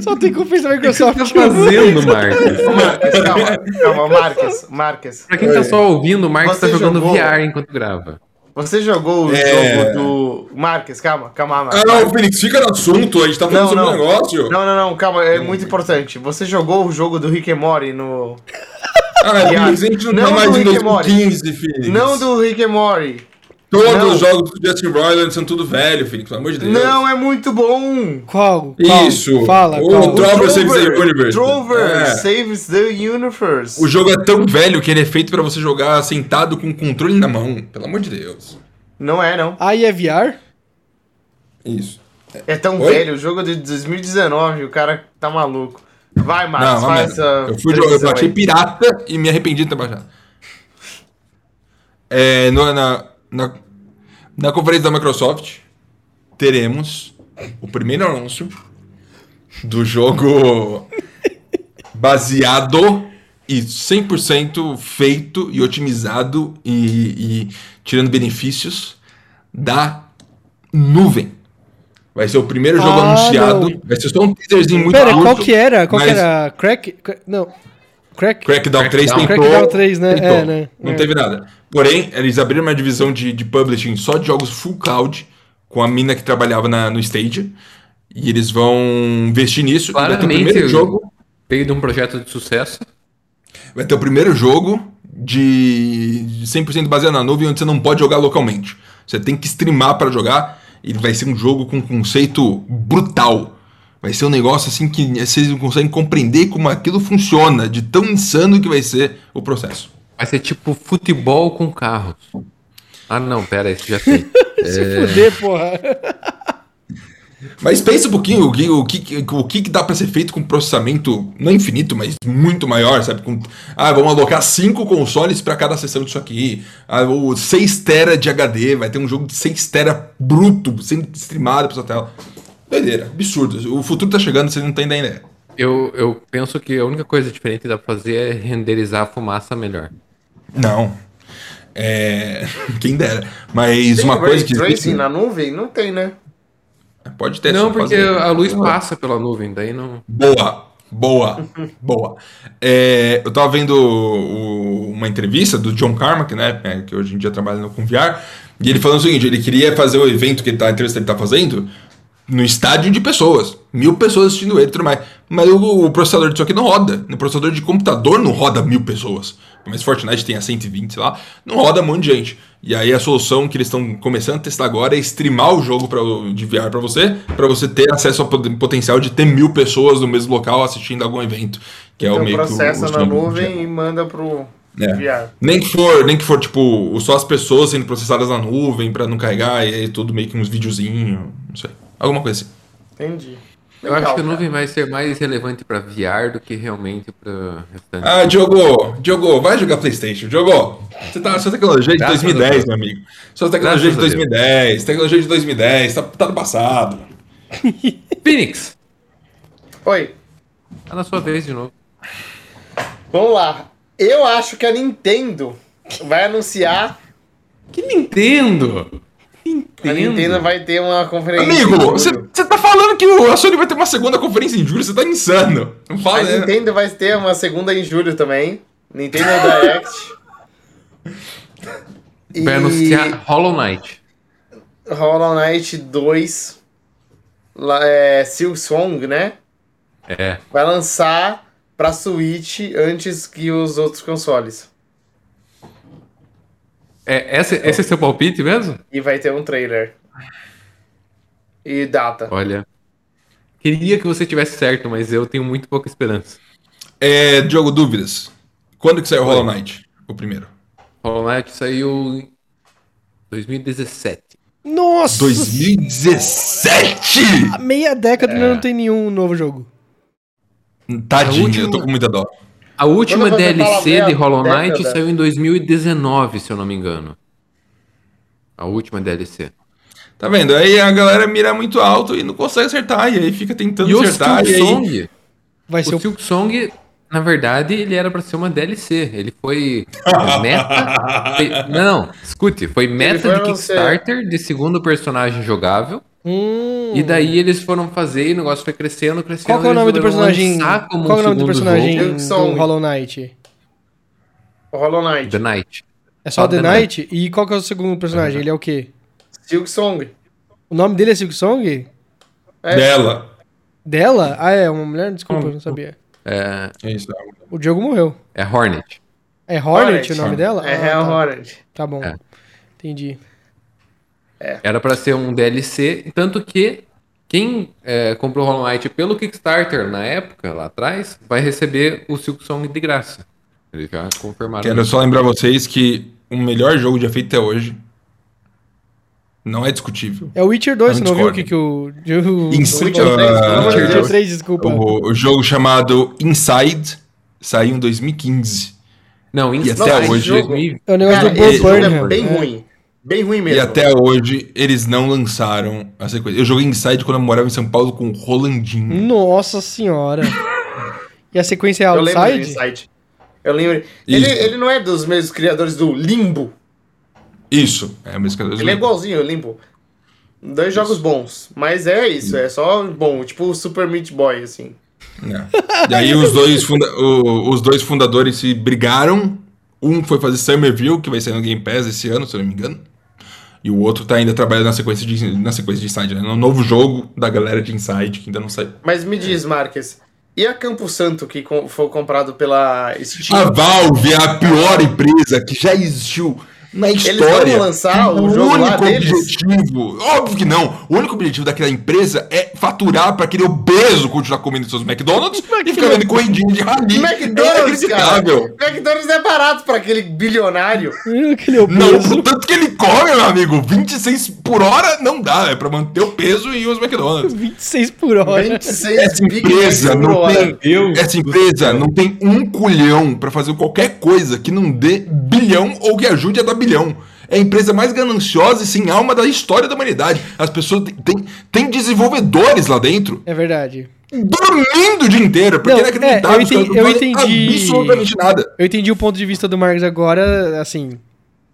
B: Só tem confiança na Microsoft.
A: O que tá fazendo, Marques?
C: Marques, calma, calma, Marques, Marques.
A: Pra quem tá só ouvindo, o Marques
C: Você
A: tá jogando
C: jogou?
A: VR enquanto grava.
C: Você jogou o
D: É.
C: jogo do. Marques, calma, calma,
D: Ah,
C: Marques.
D: não, Phoenix, fica no assunto, a gente tá falando
C: Não,
D: sobre
C: não.
D: um negócio.
C: Não, não, não, calma, é muito importante. Você jogou o jogo do Rick and Morty no.
D: Ah, Phoenix, a gente não,
C: Não
D: tá mais
C: do
D: em
C: Rick and Morty.
D: 2015, Phoenix.
C: Não do Rick and Morty.
D: Todos
C: não.
D: os jogos do Justin Roiland são tudo velho, Phoenix, pelo amor de Deus.
C: Não, é muito bom.
B: Qual? Qual?
D: Isso.
B: Fala,
D: O
B: qual?
D: Trover Saves the Universe.
C: Trover
D: É.
C: Saves the Universe.
D: O jogo é tão velho que ele é feito pra você jogar sentado com o controle na mão, pelo amor de Deus.
C: Não é, não.
B: Aí é VR?
D: Isso.
C: É tão
D: Oi?
C: velho. O jogo é de 2019, o cara tá maluco. Vai,
D: Não,
C: Marcos,
D: uma
C: faz
D: merda.
C: essa.
D: Eu fui jogar, eu
C: previsão
D: baixei
C: aí.
D: pirata e me arrependi de ter baixado. É, no- na, na, na conferência da Microsoft, teremos o primeiro anúncio do jogo baseado e 100% feito e otimizado e, e tirando benefícios da nuvem. Vai ser o primeiro jogo
B: Ah,
D: anunciado.
B: não.
D: Vai ser só um teaserzinho muito
B: Pera,
D: curto.
B: qual que era? Qual
D: mas-
B: que era? Crack? Cra- Não. Crack?
D: Crackdown 3
A: Crackdown.
D: tentou.
B: Crackdown 3, né?
D: tentou.
B: É, né?
D: Não
B: É.
D: teve nada. Porém, eles abriram uma divisão de, de publishing só de jogos full cloud com a mina que trabalhava na- no Stage. E eles vão investir nisso. E vai ter o
A: Claramente,
D: primeiro
A: eu-
D: jogo.
A: Veio de um projeto de sucesso.
D: Vai ter o primeiro jogo de de 100% baseado na nuvem, onde você não pode jogar localmente. Você tem que streamar pra jogar. E vai ser um jogo com um conceito brutal. Vai ser um negócio assim que vocês não conseguem compreender como aquilo funciona, de tão insano que vai ser o processo.
A: Vai ser tipo futebol com carros. Ah, não, pera, esse já tem.
B: Se fuder, porra.
D: Mas pensa um pouquinho o que, o que, o que, que dá pra ser feito com processamento, não infinito, mas muito maior, sabe? Com, ah, vamos alocar cinco consoles pra cada sessão disso aqui. Ah, ou 6 tera de HD, vai ter um jogo de 6 tera bruto, sendo streamado pra sua tela. Doideira, absurdo. O futuro tá chegando, vocês não têm nem ideia.
A: Eu, eu penso que a única coisa diferente que dá pra fazer é renderizar a fumaça melhor.
D: Não. É... Quem dera. Mas
C: Tem
D: uma coisa
C: ray
D: que.
C: tracing na nuvem? Não tem, né?
D: Pode ter
A: não,
D: só
A: porque
D: fazer.
A: a luz passa pela nuvem, daí não.
D: Boa, boa, boa. É, eu tava vendo o- uma entrevista do John Carmack, né? é, Que hoje em dia trabalha no VR, e ele falando o seguinte: ele queria fazer o evento que ele tá, a entrevista que ele tá fazendo no estádio de pessoas, mil pessoas assistindo ele e tudo mais. Mas o, o processador disso aqui não roda. No processador de computador não roda mil pessoas. Mas Fortnite tem a 120, sei lá, não roda um monte de gente. E aí a solução que eles estão começando a testar agora é streamar o jogo pra, de VR para você, para você ter acesso ao poten- potencial de ter mil pessoas no mesmo local assistindo algum evento. Que é o
C: Então
D: meio que o-
C: processa
D: o
C: na
D: esquema do
C: nuvem e manda pro
D: É.
C: VR.
D: nem que for, nem que for tipo, só as pessoas sendo processadas na nuvem pra não carregar e aí tudo meio que uns videozinhos, não sei. Alguma coisa assim.
C: Entendi.
A: Eu acho que a
C: cara.
A: nuvem vai ser mais relevante pra VR do que realmente pra restante.
D: Ah, Diogo, Diogo, vai jogar Playstation. Diogo, você tá sua tecnologia de
A: Graças a
D: 2010,
A: Deus.
D: meu amigo. Sua tecnologia é de
A: Graças a
D: 2010, tecnologia de 2010, tá, tá no passado.
A: Phoenix!
C: Oi,
A: Tá na sua vez de novo.
C: vamos lá. Eu acho que a Nintendo vai anunciar.
A: Que Nintendo! Nintendo!
C: A Nintendo vai ter uma conferência.
D: Amigo,
C: em julho.
D: você você tá falando que o- a Sony vai ter uma segunda conferência em julho, você tá insano. Não
C: A
D: fala, né?
C: Nintendo vai ter uma segunda em julho também. Nintendo Direct. E
A: Vai anunciar Hollow Knight.
C: Hollow Knight 2. lá, É, Silksong, né?
A: É.
C: Vai lançar pra Switch antes que os outros consoles.
A: é esse, esse é seu palpite mesmo?
C: E vai ter um trailer. E data.
A: Olha. Queria que você tivesse certo, mas eu tenho muito pouca esperança.
D: É, Diogo, dúvidas. Quando que saiu Hollow Knight? O primeiro.
A: Hollow Knight saiu em 2017.
B: Nossa!
D: 2017!
B: Meia década
C: É.
B: ainda não tem nenhum novo jogo.
D: Tadinho,
A: A última-
D: eu tô com muita dó.
A: A última
C: Quando você fala
A: DLC
C: merda,
A: de Hollow Knight
C: década.
A: saiu em 2019, se eu não me engano. A última DLC.
D: Tá vendo? Aí a galera mira muito alto e não consegue acertar, e aí fica tentando
A: E o
D: acertar.
A: Silk
D: E aí...
A: Song,
B: Vai ser
A: o
B: é o...
A: Silk Song, na verdade, ele era pra ser uma DLC. Ele foi meta. foi- não, escute, foi meta
C: foi
A: de
C: um não ser-
A: Kickstarter de segundo personagem jogável.
B: Hum.
A: E daí eles foram fazer e o negócio foi crescendo, crescendo.
B: Qual que é o
A: eles
B: nome do
A: resolveram
B: personagem?
A: lançar como
B: Qual é o
A: um
B: nome do
A: segundo
B: personagem
A: jogo,
C: jogo? Silksong.
B: do Hollow Knight?
C: Hollow Knight.
A: The Knight.
B: É só
C: Ah,
A: Só
B: The
A: The
B: Knight? E qual que é o segundo personagem? Ele é o quê?
C: Silksong.
B: O nome dele é Silk Song?
C: É.
D: Dela.
B: Dela? Ah, é uma mulher? Desculpa, eu não sabia.
A: É,
D: É isso.
B: O Diogo morreu. é
A: é Hornet.
B: É Hornet
C: Hornet.
B: o nome dela?
C: É
B: Ah,
C: Real
B: tá.
C: Hornet.
B: Tá bom.
A: É.
B: Entendi.
A: Era pra ser um DLC, tanto que quem é, comprou Hollow Knight pelo Kickstarter na época, lá atrás, vai receber o Silk Song de graça. Eles já confirmaram.
D: Quero
A: isso.
D: só lembrar vocês que o melhor jogo já feito até hoje não é discutível.
B: É o Witcher 2,
D: Não
B: você não viu o
D: discordo.
B: que, que o Diogo.
D: Inside,
C: Witcher três,
D: ah,
C: pelo amor de
D: Witcher
C: Deus.
B: Witcher 3, desculpa.
D: O, o um jogo chamado Inside saiu em 2015.
A: Não, em
D: E até
C: hoje-
A: 2020.
B: É o negócio
C: Cara,
B: do
C: esse
B: Bob
C: jogo
B: Burnham.
C: é bem
B: né?
C: ruim. Bem ruim mesmo.
D: E até hoje eles não lançaram a sequência. Eu joguei Inside quando eu morava em São Paulo com o Rolandinho.
B: Nossa senhora. E a sequência é
C: Eu lembro do
B: Outside?
C: Inside. Eu lembro. Ele,
D: Isso.
C: ele não é dos mesmos criadores do Limbo.
D: Isso. É, mas
C: Ele é igualzinho ao Limbo. Dois jogos bons. Mas é isso, é só bom. Tipo o Super Meat Boy, assim.
D: É. E aí os dois, funda- o- os dois fundadores se brigaram. Um foi fazer Summerville, que vai sair no Game Pass esse ano, se eu não me engano. E o outro tá ainda trabalhando na sequência de, na sequência de Inside, né? No novo jogo da galera de Inside, que ainda não saiu.
C: Mas me diz,
D: É.
C: Marques, e a Campo Santo que co- foi comprado pela Steam?
D: A Valve é a pior empresa que já existiu na história.
C: vão lançar o
D: o
C: jogo lá
D: único
C: deles?
D: objetivo, óbvio que não. O único objetivo daquela empresa é faturar pra aquele obeso continuar comendo seus McDonald's e ficar vendo corridinha de rali.
C: McDonald's,
D: é
C: cara.
D: inacreditável.
C: McDonald's é barato pra aquele bilionário.
B: Aquele
D: Não,
B: obeso.
D: pro tanto que ele come, meu amigo. 26 por hora não dá, é pra manter o peso e os McDonald's.
B: 26 por hora.
C: 26
D: Essa
C: Big
D: empresa
C: Macs por
D: não
C: hora.
D: tem.
E: Deus
D: Essa empresa não tem um culhão pra fazer qualquer coisa que não dê bilhão ou que ajude a dar bilhão. É a empresa mais gananciosa e sem alma da história da humanidade. As pessoas têm- têm têm desenvolvedores lá dentro
B: É verdade.
D: dormindo o dia inteiro, porque
B: Não,
D: é inacreditável.
B: é, eu
D: os caras
B: entendi-
D: não
B: eu
D: fazem
B: entendi.
D: Absolutamente nada.
B: Eu entendi o ponto de vista do Marcos agora, assim,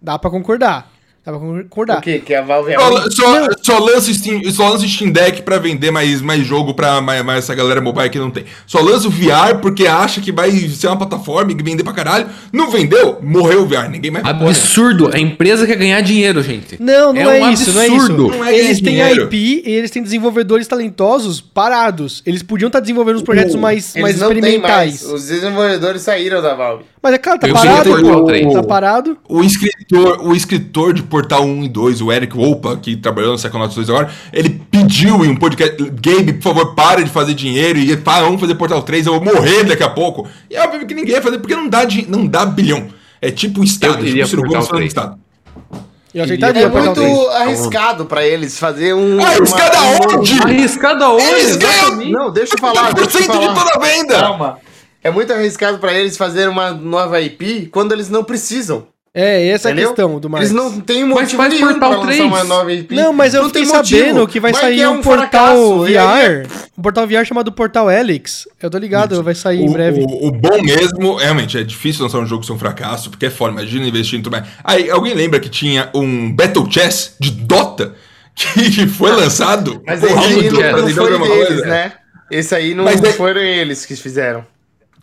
B: dá pra concordar. Dá pra concordar.
C: O que? Que a Valve é
A: um
C: ruim?
D: Só, só, só lança Steam, só lança o Steam Deck pra vender mais, mais jogo pra mais, mais essa galera mobile que não tem. Só lança o VR porque acha que vai ser uma plataforma e vender pra caralho. Não vendeu? Morreu o VR. Ninguém mais
A: Absurdo! A empresa quer ganhar dinheiro, gente.
B: Não, não é,
A: um
B: isso, não é isso.
A: absurdo.
D: Não é
B: eles têm
D: dinheiro.
B: IP e eles têm desenvolvedores talentosos parados. Eles podiam estar desenvolvendo uns projetos mais, mais
C: Eles não têm mais.
B: experimentais.
C: Os desenvolvedores saíram da Valve.
B: Mas é claro, tá
A: Eu sei
B: parado,
A: que
B: pô.
A: tem
B: Tá
A: portal
B: parado.
D: O escritor, o escritor de Portal 1 e 2, o Eric Opa, que trabalhou no Psychonauts 2 agora, ele pediu em um podcast, Gabe, por favor, para de fazer dinheiro e pá, vamos fazer Portal 3, eu vou morrer daqui a pouco. E é óbvio que ninguém vai fazer, porque não dá, din- não dá bilhão. É tipo o Estado, é tipo
A: queria
D: o Ciro
A: Portal
D: Gomes falando do
A: 3.
D: Estado.
B: Eu
C: É
B: aceitaria pra
C: muito
B: talvez.
C: arriscado pra eles fazer um.
D: Ah, os
C: uma-
D: caras onde?
A: Arriscado aonde?
D: Eles ganham
A: Exatamente.
C: Não, deixa eu falar.
D: 30%
C: Deixa eu
D: de
C: falar.
D: toda a venda!
C: Calma. É muito arriscado pra eles fazerem uma nova IP quando eles não precisam.
B: É, essa é a
C: entendeu?
B: questão do Marcos.
C: Eles não têm um
A: Mas
C: motivo
A: faz
C: nenhum pra
A: Portal
C: lançar
A: 3.
C: uma nova IP.
B: Não, mas eu
C: não
B: fiquei
C: tem motivo.
B: sabendo que vai
C: Vai
B: sair
C: é
B: um,
C: um
B: portal
C: fracasso, e aí
D: é
B: VR. Um portal VR chamado Portal Helix. Eu tô ligado, vai sair em
D: O,
B: breve.
D: o- o bom mesmo, é, realmente, é difícil lançar um jogo sem um fracasso, porque é foda, imagina investir em tudo mais. Aí, alguém lembra que tinha um Battle Chess de Dota que foi lançado?
C: Mas esse
D: Corrido,
C: aí não,
A: Corrido,
D: pra
C: não
D: tentar
C: foi
D: alguma
C: deles,
D: é coisa.
C: né? Esse aí não
D: Mas é-
C: foram eles que fizeram.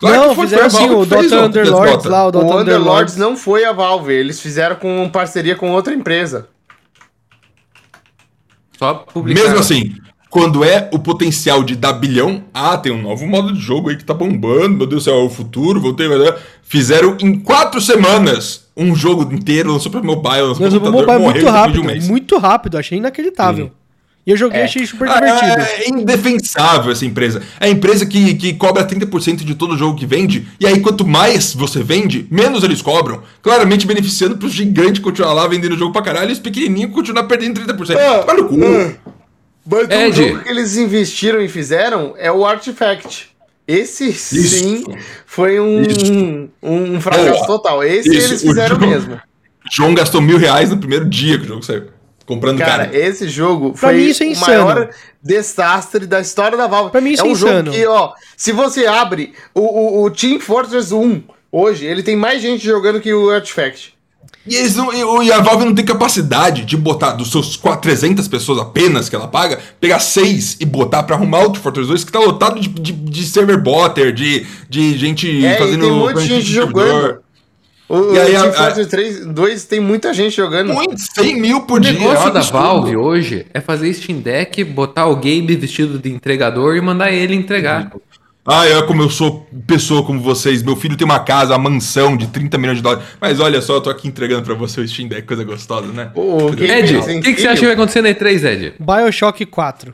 D: Claro
B: não,
D: que foi,
B: fizeram
D: foi a
B: assim, o
D: Valve que fez um-
B: Dota
D: o
B: Underlords
D: Dota.
B: lá, o Dota
C: o Underlords
B: Underlords.
C: não foi a Valve, eles fizeram com parceria com outra empresa.
A: Só publicar.
D: Mesmo assim, quando é o potencial de dar bilhão, ah, tem um novo modo de jogo aí que tá bombando, meu Deus do céu, é o futuro, voltei, vai dar. Fizeram em quatro semanas um jogo inteiro, lançou pra mobile, lançou
B: Mas o
D: pra
B: mobile é
D: computador,
B: muito
D: morreu depois de
B: rápido,
D: um mês.
B: muito rápido, achei inacreditável. E eu joguei, achei super
D: Ah,
B: divertido.
D: É indefensável essa empresa. É a empresa que, que cobra 30% de todo jogo que vende, e aí quanto mais você vende, menos eles cobram. Claramente beneficiando pros gigantes continuar lá vendendo jogo pra caralho e os pequenininhos continuar perdendo 30%.
C: Ah,
D: Vai Tá no cu.
C: Mas o
A: Ed.
C: jogo que eles investiram e fizeram é o Artifact. Esse sim foi um, um, um fracasso
D: Boa.
C: total. Esse
D: Isso,
C: eles
D: o
C: fizeram
D: jogo-
C: mesmo.
D: João gastou mil reais no primeiro dia que o jogo saiu. Comprando
C: Cara,
D: cara.
C: esse jogo
B: Pra
C: foi
B: mim isso é
C: o
B: insano.
C: maior desastre da história da Valve.
B: Pra mim isso
C: é um
B: é insano.
C: jogo que, ó, se você abre o, o, o Team Fortress 1 hoje, ele tem mais gente jogando que o Artifact.
D: E, eles não, e- e a Valve não tem capacidade de botar dos seus 400, 300 pessoas apenas que ela paga, pegar seis e botar pra arrumar o Fortress 2 que tá lotado de, de, de server botter, de, de gente
C: É, e
D: fazendo.
C: tem um monte de gente
D: servidor.
C: jogando. O,
D: E aí,
C: o Team
D: a-
C: Fortress 3, 2 tem muita gente jogando.
D: Muito, 100 mil por
A: O
D: dia. é um
A: negócio da
D: absurdo.
A: Valve hoje é fazer Steam Deck, botar o Gabe vestido de entregador e mandar ele entregar.
D: Ah, é como eu sou pessoa como vocês. Meu filho tem uma casa, uma mansão de 30 milhões de dólares. Mas olha só, eu tô aqui entregando pra você o Steam Deck, coisa gostosa, né?
C: O, o Game
A: Ed,
C: Pass é
A: o que, que você
C: incrível.
A: acha que vai acontecer na E3, Ed?
B: Bioshock 4.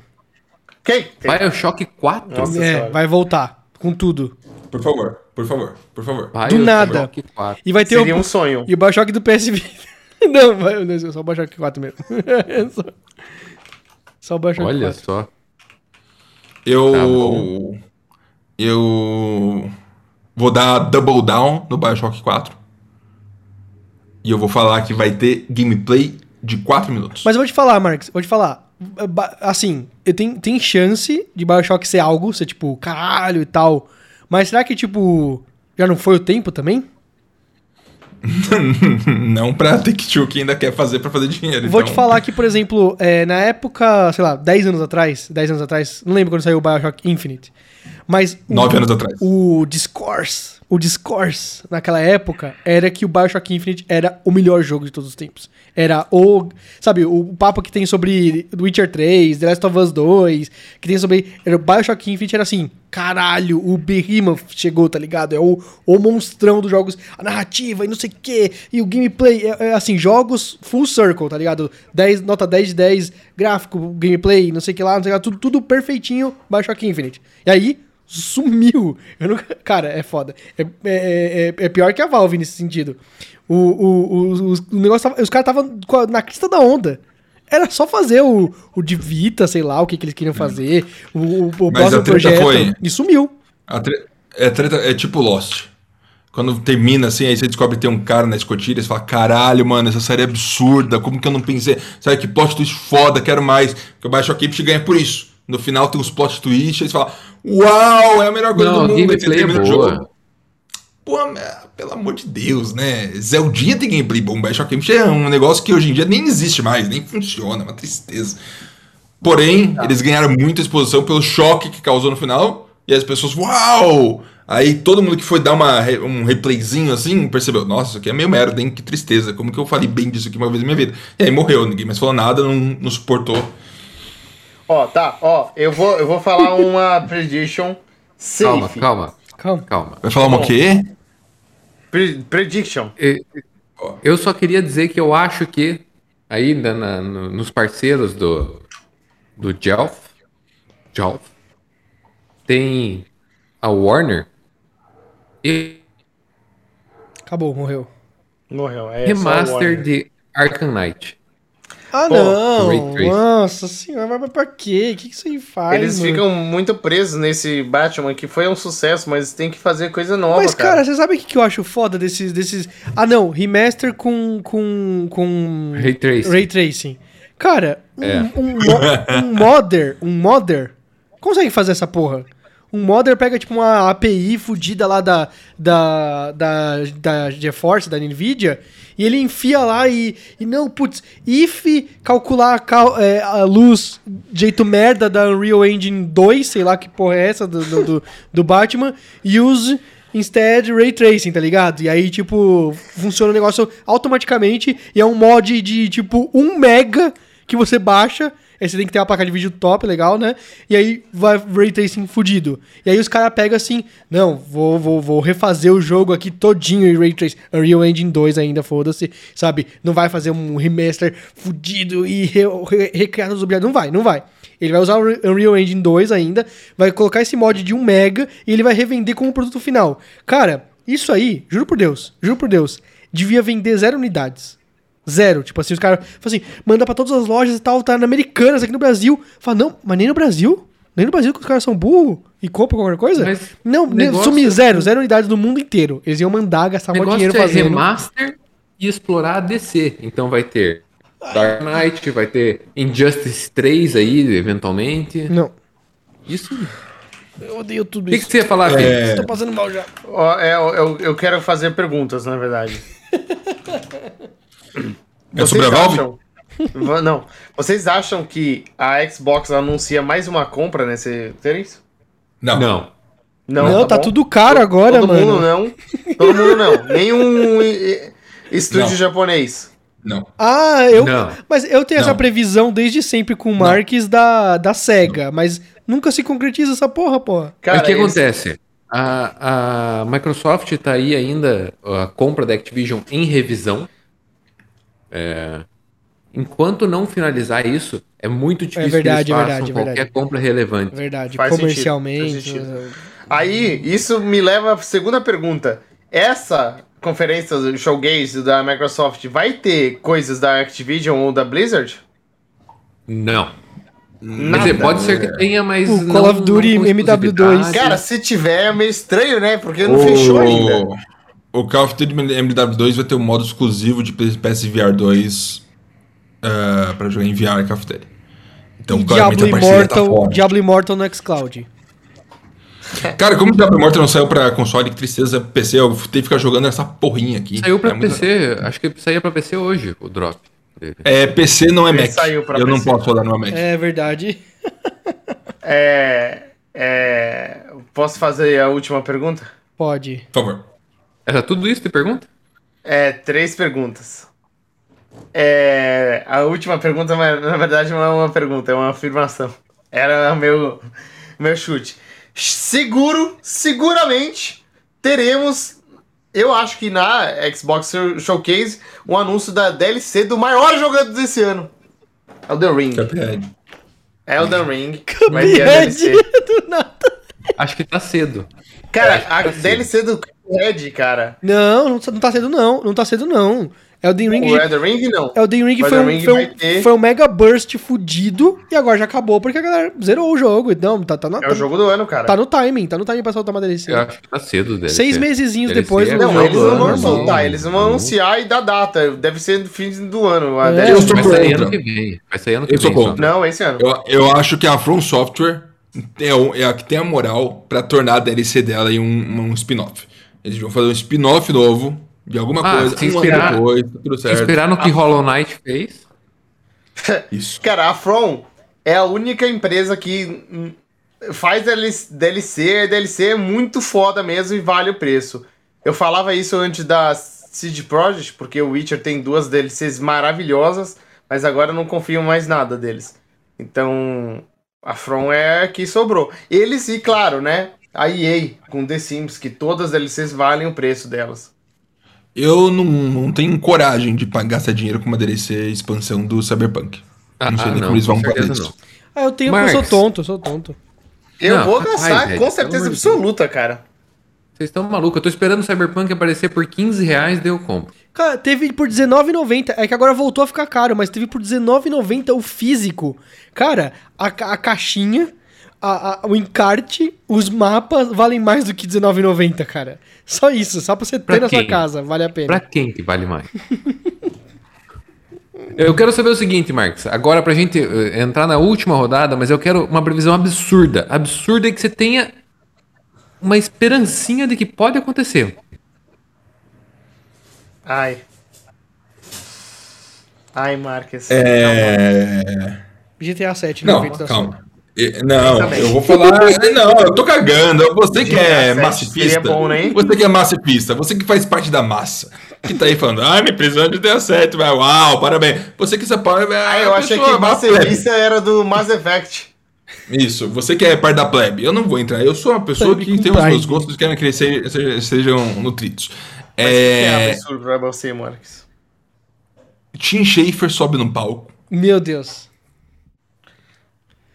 C: Quem?
A: Bioshock 4?
C: Nossa.
B: É,
C: senhora.
B: vai voltar. Com tudo.
D: Por favor, por favor, por favor.
A: Bioshock
B: nada.
A: 4.
B: E vai ter
C: Seria
B: o.
C: um sonho.
B: E o Bioshock do PSV. não, vai- não, é só o Bioshock 4 mesmo. É só, só o Bioshock
A: Olha
B: 4.
A: só.
D: Eu.
A: Tá bom.
D: eu. Vou dar double down no Bioshock 4. E eu vou falar que vai ter gameplay de 4 minutos.
B: Mas eu vou te falar, Marcos, eu vou te falar. Ba- Assim, eu tenho, tem chance de Bioshock ser algo, ser tipo, caralho e tal. Mas será que, tipo, já não foi o tempo também?
D: Não pra Take-Two que ainda quer fazer pra fazer dinheiro.
B: Vou
D: então-
B: te falar que, por exemplo, é, na época, sei lá, 10 anos atrás, 10 anos atrás, não lembro quando saiu o Bioshock Infinite, mas... o-
D: Nove anos atrás.
B: O discourse, o discourse naquela época era que o Bioshock Infinite era o melhor jogo de todos os tempos. Era o, sabe, o papo que tem sobre The Witcher 3, The Last of Us 2, que tem sobre era o Bioshock Infinite era assim, caralho, o Behemoth chegou, tá ligado? É o, o monstrão dos jogos, a narrativa e não sei o quê, e o gameplay, é, é assim, jogos full circle, tá ligado? 10, nota 10 de 10, gráfico, gameplay, não sei o que lá, não sei o que lá, tudo, tudo perfeitinho, Bioshock Infinite. E aí, sumiu. Eu nunca- Cara, é foda. É, é- é- é pior que a Valve nesse sentido. O, o, o, os- o negócio tava- os caras estavam na crista da onda. Era só fazer o, o de Vita, sei lá, o que, que eles queriam fazer, o, o, o
D: Mas a
B: próximo
D: treta
B: projeto.
D: foi-
B: E sumiu.
D: A tre- é, treta- é tipo Lost. Quando termina assim, aí você descobre que tem um cara na escotilha, você fala, caralho, mano, essa série é absurda, como que eu não pensei? Sabe que plot twist foda, quero mais. Porque o Bioshock Infinite ganha por isso. No final tem uns plot twists, aí você fala, uau, é a melhor coisa
A: Não, a
D: do mundo. Aí você
A: gameplay é
D: termina o jogo.
A: boa.
D: Pô, mas, pelo amor de Deus, né? Zeldinha tem gameplay bom, Bioshock Infinite é um negócio que hoje em dia nem existe mais, nem funciona, é uma tristeza. Porém, eles ganharam muita exposição pelo choque que causou no final. E as pessoas, uau! Aí todo mundo que foi dar uma, re- um replayzinho assim, percebeu, nossa, isso aqui é meio merda, hein? Que tristeza. Como que eu falei bem disso aqui uma vez na minha vida? E aí morreu, ninguém mais falou nada, não, não suportou.
C: Ó, tá, ó, eu vou, eu vou falar uma prediction safe.
A: Calma, calma,
B: Calma.
A: calma.
D: Vai falar uma o quê?
C: Pre- prediction.
A: E- Eu só queria dizer que eu acho que, ainda na- no- nos parceiros do, do Jelf, Jelf, tem a Warner e
B: Acabou, morreu.
C: Morreu, é só
A: remaster
C: warning.
A: de Arkham Knight.
B: Ah,
C: Pô,
A: Ray
B: não!
A: Tracing.
B: Nossa senhora, mas- mas pra quê? O que, que isso aí faz?
C: Eles
B: mano?
C: ficam muito presos nesse Batman, que foi um sucesso, mas tem que fazer coisa nova,
B: Mas, cara,
C: cara.
B: você sabe o que, que eu acho foda desses, desses. Ah, não, remaster com. com. com.
A: Ray Tracing.
B: Ray Tracing. Cara, um,
A: É.
B: um, mo- um modder, um modder, consegue fazer essa porra. Um modder pega, tipo, uma API fodida lá da, da, da, da GeForce, da NVIDIA, e ele enfia lá e, e não, putz, if calcular a, cal- é, a luz jeito merda da Unreal Engine 2, sei lá que porra é essa do, do, do- do Batman, use instead ray tracing, tá ligado? E aí, tipo, funciona o negócio automaticamente e é um mod de, tipo, 1 mega que você baixa. Aí você tem que ter uma placa de vídeo top, legal, né? E aí vai ray tracing fudido. E aí os caras pegam assim, não, vou, vou, vou refazer o jogo aqui todinho em ray tracing. Unreal Engine 2 ainda, foda-se, sabe? Não vai fazer um remaster fudido e re, re- recriar os objetos. Não vai, não vai. Ele vai usar o Unreal Engine 2 ainda, vai colocar esse mod de 1 mega e ele vai revender como produto final. Cara, isso aí, juro por Deus, juro por Deus, devia vender zero unidades. Zero. Tipo assim, os caras falam assim, manda pra todas as lojas e tal, tá na Americanas, aqui no Brasil. Fala, não, mas nem no Brasil. Nem no Brasil que os caras são burros e compram qualquer coisa.
A: Mas
B: não,
A: o
B: nem-
A: negócio-
B: sumir zero, zero unidades no mundo inteiro. Eles iam mandar, gastar
A: O
B: maior
A: negócio
B: tá dinheiro
A: é
B: fazendo.
A: remaster e explorar a DC. Então vai ter Dark Knight, vai ter Injustice 3 aí, eventualmente.
B: Não.
A: Isso. O
B: Eu odeio tudo
A: que, que
B: isso.
A: você tá ia falar, Felipe?
D: É.
B: Tô passando mal já.
C: Ó, é, eu, eu quero fazer perguntas, na verdade.
D: É sobre a Valve?
C: acham- Va- Não. Vocês acham que a Xbox anuncia mais uma compra nesse três?
D: Não.
A: Não.
B: Não, tá,
C: bom.
B: tudo caro agora,
C: Todo
B: mano.
C: mundo né? não. Todo mundo não. Nenhum eh, estúdio
D: Não.
C: japonês.
D: Não.
B: Ah, eu.
A: Não.
B: Mas eu tenho essa
D: Não.
B: previsão desde sempre com o Marques da, da SEGA, mas nunca se concretiza essa porra, porra.
D: É
A: Mas o que
C: eles-
A: acontece? A, a Microsoft está aí ainda, a compra da Activision em revisão. É, enquanto não finalizar isso, é muito difícil
B: verdade,
A: que
B: é
A: eles
B: verdade,
A: façam
B: é
A: qualquer
B: verdade.
A: compra relevante.
B: Verdade,
C: Faz
B: comercialmente.
C: sentido, faz sentido. Aí, isso me leva à segunda pergunta. Essa conferência do showcase da Microsoft vai ter coisas da Activision ou da Blizzard?
A: Não.
C: Nada.
A: Hum. Quer dizer, pode
D: né?
A: ser que tenha, mas.
B: O
A: não-
B: Call of
A: não
B: Duty
A: com
B: MW2.
A: exclusividade.
C: Cara, se tiver é meio estranho, né? Porque não fechou ainda.
D: O Call of Duty MW2 vai ter um modo exclusivo de PSVR 2 ah, pra jogar em VR Call of Duty. Então,
B: E
D: claramente
B: Diablo
D: a parceria tá
B: Immortal,
D: fora.
B: Diablo Immortal no xCloud.
D: Cara, como o Diablo Immortal não saiu pra console, que tristeza, PC, eu tenho que ficar jogando essa porrinha aqui.
A: Saiu pra
D: É muito-
A: PC, acho que saía pra PC hoje o drop dele.
D: É, PC não é
C: Ele
D: Mac.
C: saiu pra
D: eu não
C: PC.
D: posso rodar no meu Mac.
B: É verdade.
C: É, é, posso fazer a última pergunta?
B: Pode.
D: Por favor.
A: Era tudo isso que pergunta?
C: É, três perguntas. É, a última pergunta, mas, na verdade, não é uma pergunta, é uma afirmação. Era o meu, meu chute. Seguro, seguramente, teremos, eu acho que na Xbox Showcase, um anúncio da DLC do maior jogador desse ano. Elden Ring.
D: Cuphead.
C: Elden Ring. Vai ter a DLC.
B: Do nada.
A: Acho que tá cedo.
C: Cara, a DLC do Red, cara.
B: Não, não tá- não tá cedo não. Não tá cedo não. Elden Ring,
C: O Elden Ring, não.
B: Elden Ring,
C: Elden
B: foi, um,
C: Ring
B: foi,
C: vai
B: um,
C: ter-
B: foi um mega burst fudido e agora já acabou porque a galera zerou o jogo. Então, tá, tá, na-
C: É o jogo É. do ano, cara.
B: tá no timing. Tá no timing pra soltar uma DLC.
A: Eu acho que tá cedo dele.
B: Seis mesezinhos
A: DLC
B: depois
A: é
B: do
A: o
C: Não,
A: jogo
B: um jogo.
C: eles não vão
D: né?
A: ano,
B: normal.
C: soltar, eles vão
A: Não.
C: anunciar e dar data. Deve ser do fim do ano. a
B: É.
C: DLC.
D: Eu sou
A: Vai sair
D: contra.
A: ano que vem. Vai sair ano que
D: Eu Tá sou
A: vem. só.
D: contra.
C: Não, esse ano.
D: Eu, eu acho que a From Software é, o- é a que tem a moral pra tornar a DLC dela em um, um spin-off. Eles vão fazer um spin-off novo de alguma
A: Ah,
D: coisa,
A: se
D: um
A: inspirar-
D: ano depois, tá tudo
A: Se
D: certo.
A: Esperar no que Hollow Knight fez.
D: Isso.
C: Cara, a From é a única empresa que hum, faz DLC, DLC, DLC é muito foda mesmo e vale o preço. Eu falava isso antes da Seed Project, porque o Witcher tem duas DLCs maravilhosas, mas agora eu não confio mais nada deles. Então, a From é a que sobrou. Eles e, claro, né, a EA com The Sims, que todas as DLCs valem o preço delas.
D: Eu não, não tenho coragem de pa- gastar dinheiro com uma DLC expansão do Cyberpunk.
A: Ah,
D: não sei nem
A: não,
D: como eles vão
A: com
D: fazer
A: certeza
D: isso.
B: Ah, eu tenho porque eu
A: Marx.
B: sou tonto, eu sou tonto.
C: Eu
A: Não,
C: vou
A: rapaz,
C: gastar
A: velho,
C: com
A: pelo
C: certeza
A: amor de Deus.
C: absoluta, cara.
A: Vocês estão malucos. Eu tô esperando o Cyberpunk aparecer por 15 reais, daí eu compro.
B: Cara, teve por R$19,90. É que agora voltou a ficar caro, mas teve por R$19,90 o físico. Cara, a, ca- a caixinha, a- a- o encarte, os mapas valem mais do que R$19,90, cara. Só isso, só pra você ter
A: Pra
B: na sua
A: quem?
B: casa, vale a pena.
A: Pra quem que vale mais? eu quero saber o seguinte, Marcos. Agora, pra gente eh, entrar na última rodada, mas eu quero uma previsão absurda. Absurda e que você tenha uma esperancinha de que pode acontecer.
C: Ai. Ai, Marques.
D: É...
B: GTA 7,
D: Não,
B: evento da Sony.
D: calma. E- Não,
C: Também.
D: eu vou falar. Não, eu tô cagando. Você que é
C: tá Seria
D: massifista.
C: bom, né, hein?
D: Você que é massifista. Você que faz parte da massa. Que tá aí falando, ai, minha prisão de ter certo, vai. Uau, parabéns. Você que é se apoia.
C: Ah, eu achei que
D: é-
C: massivista era do Mass Effect.
D: Isso, você que é parte da plebe. Eu não vou entrar. Eu sou uma pessoa
B: Plebe
D: que
B: com
D: tem os meus
B: pride.
D: gostos que querem crescer, se- sejam nutridos.
C: Que
D: É,
C: absurdo pra você, Marques.
D: Tim Schafer sobe no palco
B: Meu Deus.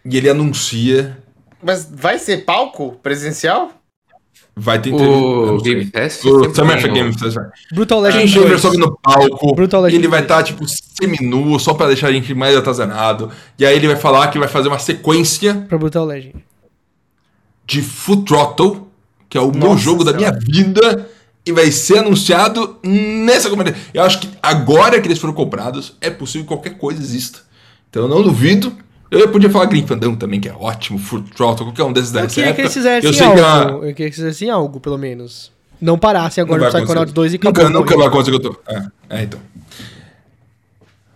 D: e ele anuncia.
C: Mas vai ser palco presencial?
D: Vai ter
A: O
D: entrevista-
A: Game Fest.
D: O
A: sempre tem
D: Summer
A: um-
D: Game Fest, vai.
B: Brutal
D: Jim
B: Legend
D: Shaver
B: 2.
D: sobe no palco
B: Ah, Brutal
D: e
B: Legend
D: ele vai
B: dois.
D: estar, tipo, seminu, só pra deixar a gente mais atazanado. E aí ele vai falar que vai fazer uma sequência
B: Pra Brutal Legend.
D: de Full Throttle, que é o meu
C: Nossa
D: jogo da minha
C: Senhora.
D: vida, e vai ser anunciado nessa comédia. Eu acho que agora que eles foram comprados, é possível que qualquer coisa exista. Então eu não duvido. Eu podia falar Green Fandango também, que é ótimo, Full Throttle, qualquer um desses
B: Eu
D: dessa
B: queria que eles
D: época.
B: fizessem
D: Eu sei
B: algo.
D: que é a-
B: Eu queria que eles fizessem algo, pelo menos. Não parassem agora
D: vai
B: no Psychonauts
D: acontecer.
B: 2 e acabou.
D: Nunca, nunca vai acontecer que eu tô. É, é, então.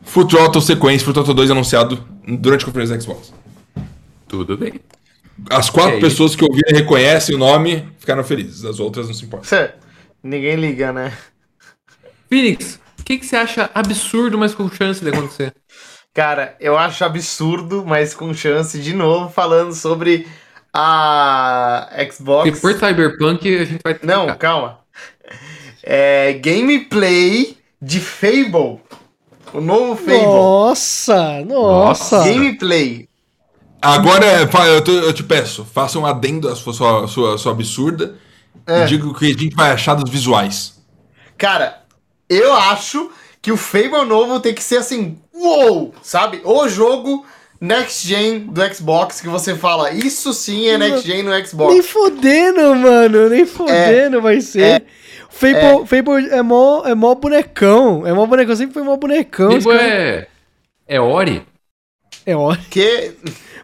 D: Full Throttle sequência, Full Throttle 2 anunciado durante a conferência da Xbox.
A: Tudo bem.
D: As quatro
A: É
D: pessoas que ouviram e reconhecem o nome ficaram felizes, as outras não se importam.
C: Ninguém liga, né?
A: Phoenix, o que, que você acha absurdo, mas com chance de acontecer?
C: Cara, eu acho absurdo, mas com chance, de novo, falando sobre a
A: Porque
C: Xbox.
A: por Cyberpunk a gente vai ter que
C: Não,
A: ficar.
C: calma. É, gameplay de Fable. O novo Fable.
B: Nossa, nossa.
C: Gameplay.
D: Agora, é, fa- eu, tô- eu te peço, faça um adendo à sua, sua, sua, sua absurda
C: É.
D: e diga o que a gente vai achar dos visuais.
C: Cara, eu acho que o Fable novo tem que ser assim, uou, sabe? O jogo next gen do Xbox que você fala, isso sim é next gen no
B: Nem
C: Xbox.
B: fodendo, mano.
C: É,
B: Nem fodendo vai ser. Fable, Fable é mó, é mó bonecão. É mó bonecão.
A: Então, é-
B: Sempre foi mó bonecão. Os
A: Tipo,
B: caras-
A: é... é Ori?
B: É ótimo.
C: Que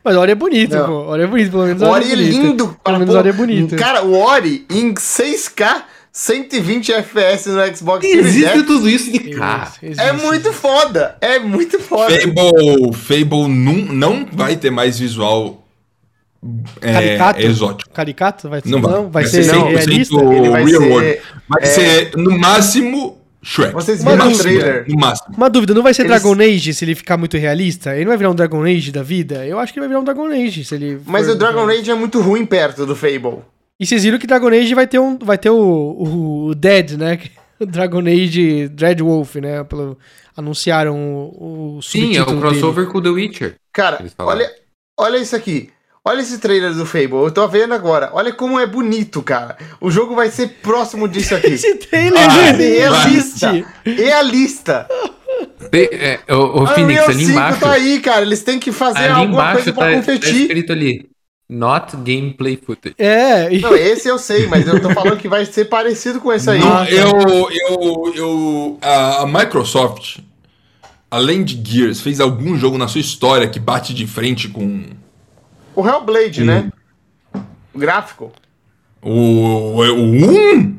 B: Mas Ori é bonito,
C: Não.
B: pô. Ori é bonito, pelo menos.
C: O Ori é
B: é bonito.
C: lindo, cara.
B: Pelo menos
C: pô.
B: Ori é bonito.
C: Cara, o Ori em 6K, 120 FPS no Xbox Series
A: Existe
C: X.
A: tudo isso de
B: Existe,
A: cara.
B: existe.
C: É muito foda. É muito foda.
D: Fable, Fable nun- não vai ter mais visual é,
B: Caricato?
D: exótico.
B: Caricato? Vai ser,
D: Não vai.
B: não? Vai ser,
C: ser
B: realista?
D: 100%
C: Ele vai
D: real
C: ser-
D: world. Vai
C: é-
D: ser, no máximo, Shrek.
C: Vocês
D: No
C: viram o
D: máximo,
C: trailer?
D: No máximo.
B: Uma dúvida, não vai ser
C: Eles-
B: Dragon Age se ele ficar muito realista? Ele não vai virar um Dragon Age da vida? Eu acho que ele vai virar um Dragon Age se ele.
C: Mas
B: for-
C: o Dragon Age é muito ruim perto do Fable.
B: E vocês viram que Dragon Age vai ter um. Vai ter o, o Dead, né? O Dragon Age Dreadwolf, né? Pelo, anunciaram o, o
A: Sim, é o
B: subtítulo
A: crossover com o The Witcher.
C: Cara,
A: Eles falaram.
C: olha, olha isso aqui. Olha esse trailer do Fable. Eu tô vendo agora. Olha como é bonito, cara. O jogo vai ser próximo disso
B: dele.
C: aqui. É
B: Esse trailer é
D: Ah,
B: não né? existe.
C: realista. É Realista.
A: Tem- é, o, o Phoenix,
C: Unreal
A: ali
C: 5
A: embaixo.
C: Ah, tá aí, cara. Eles têm que fazer
A: ali
C: alguma
A: embaixo
C: coisa
A: tá,
C: pra
A: tá
C: competir.
A: escrito ali. Not gameplay footage.
B: É, e-
C: Não, esse eu sei, mas eu tô falando que vai ser parecido com esse aí.
D: Não, eu, eu, eu, a a Microsoft, além de Gears, fez algum jogo na sua história que bate de frente com
C: O Hellblade, né?
A: Hum.
C: O gráfico.
D: o, o 1?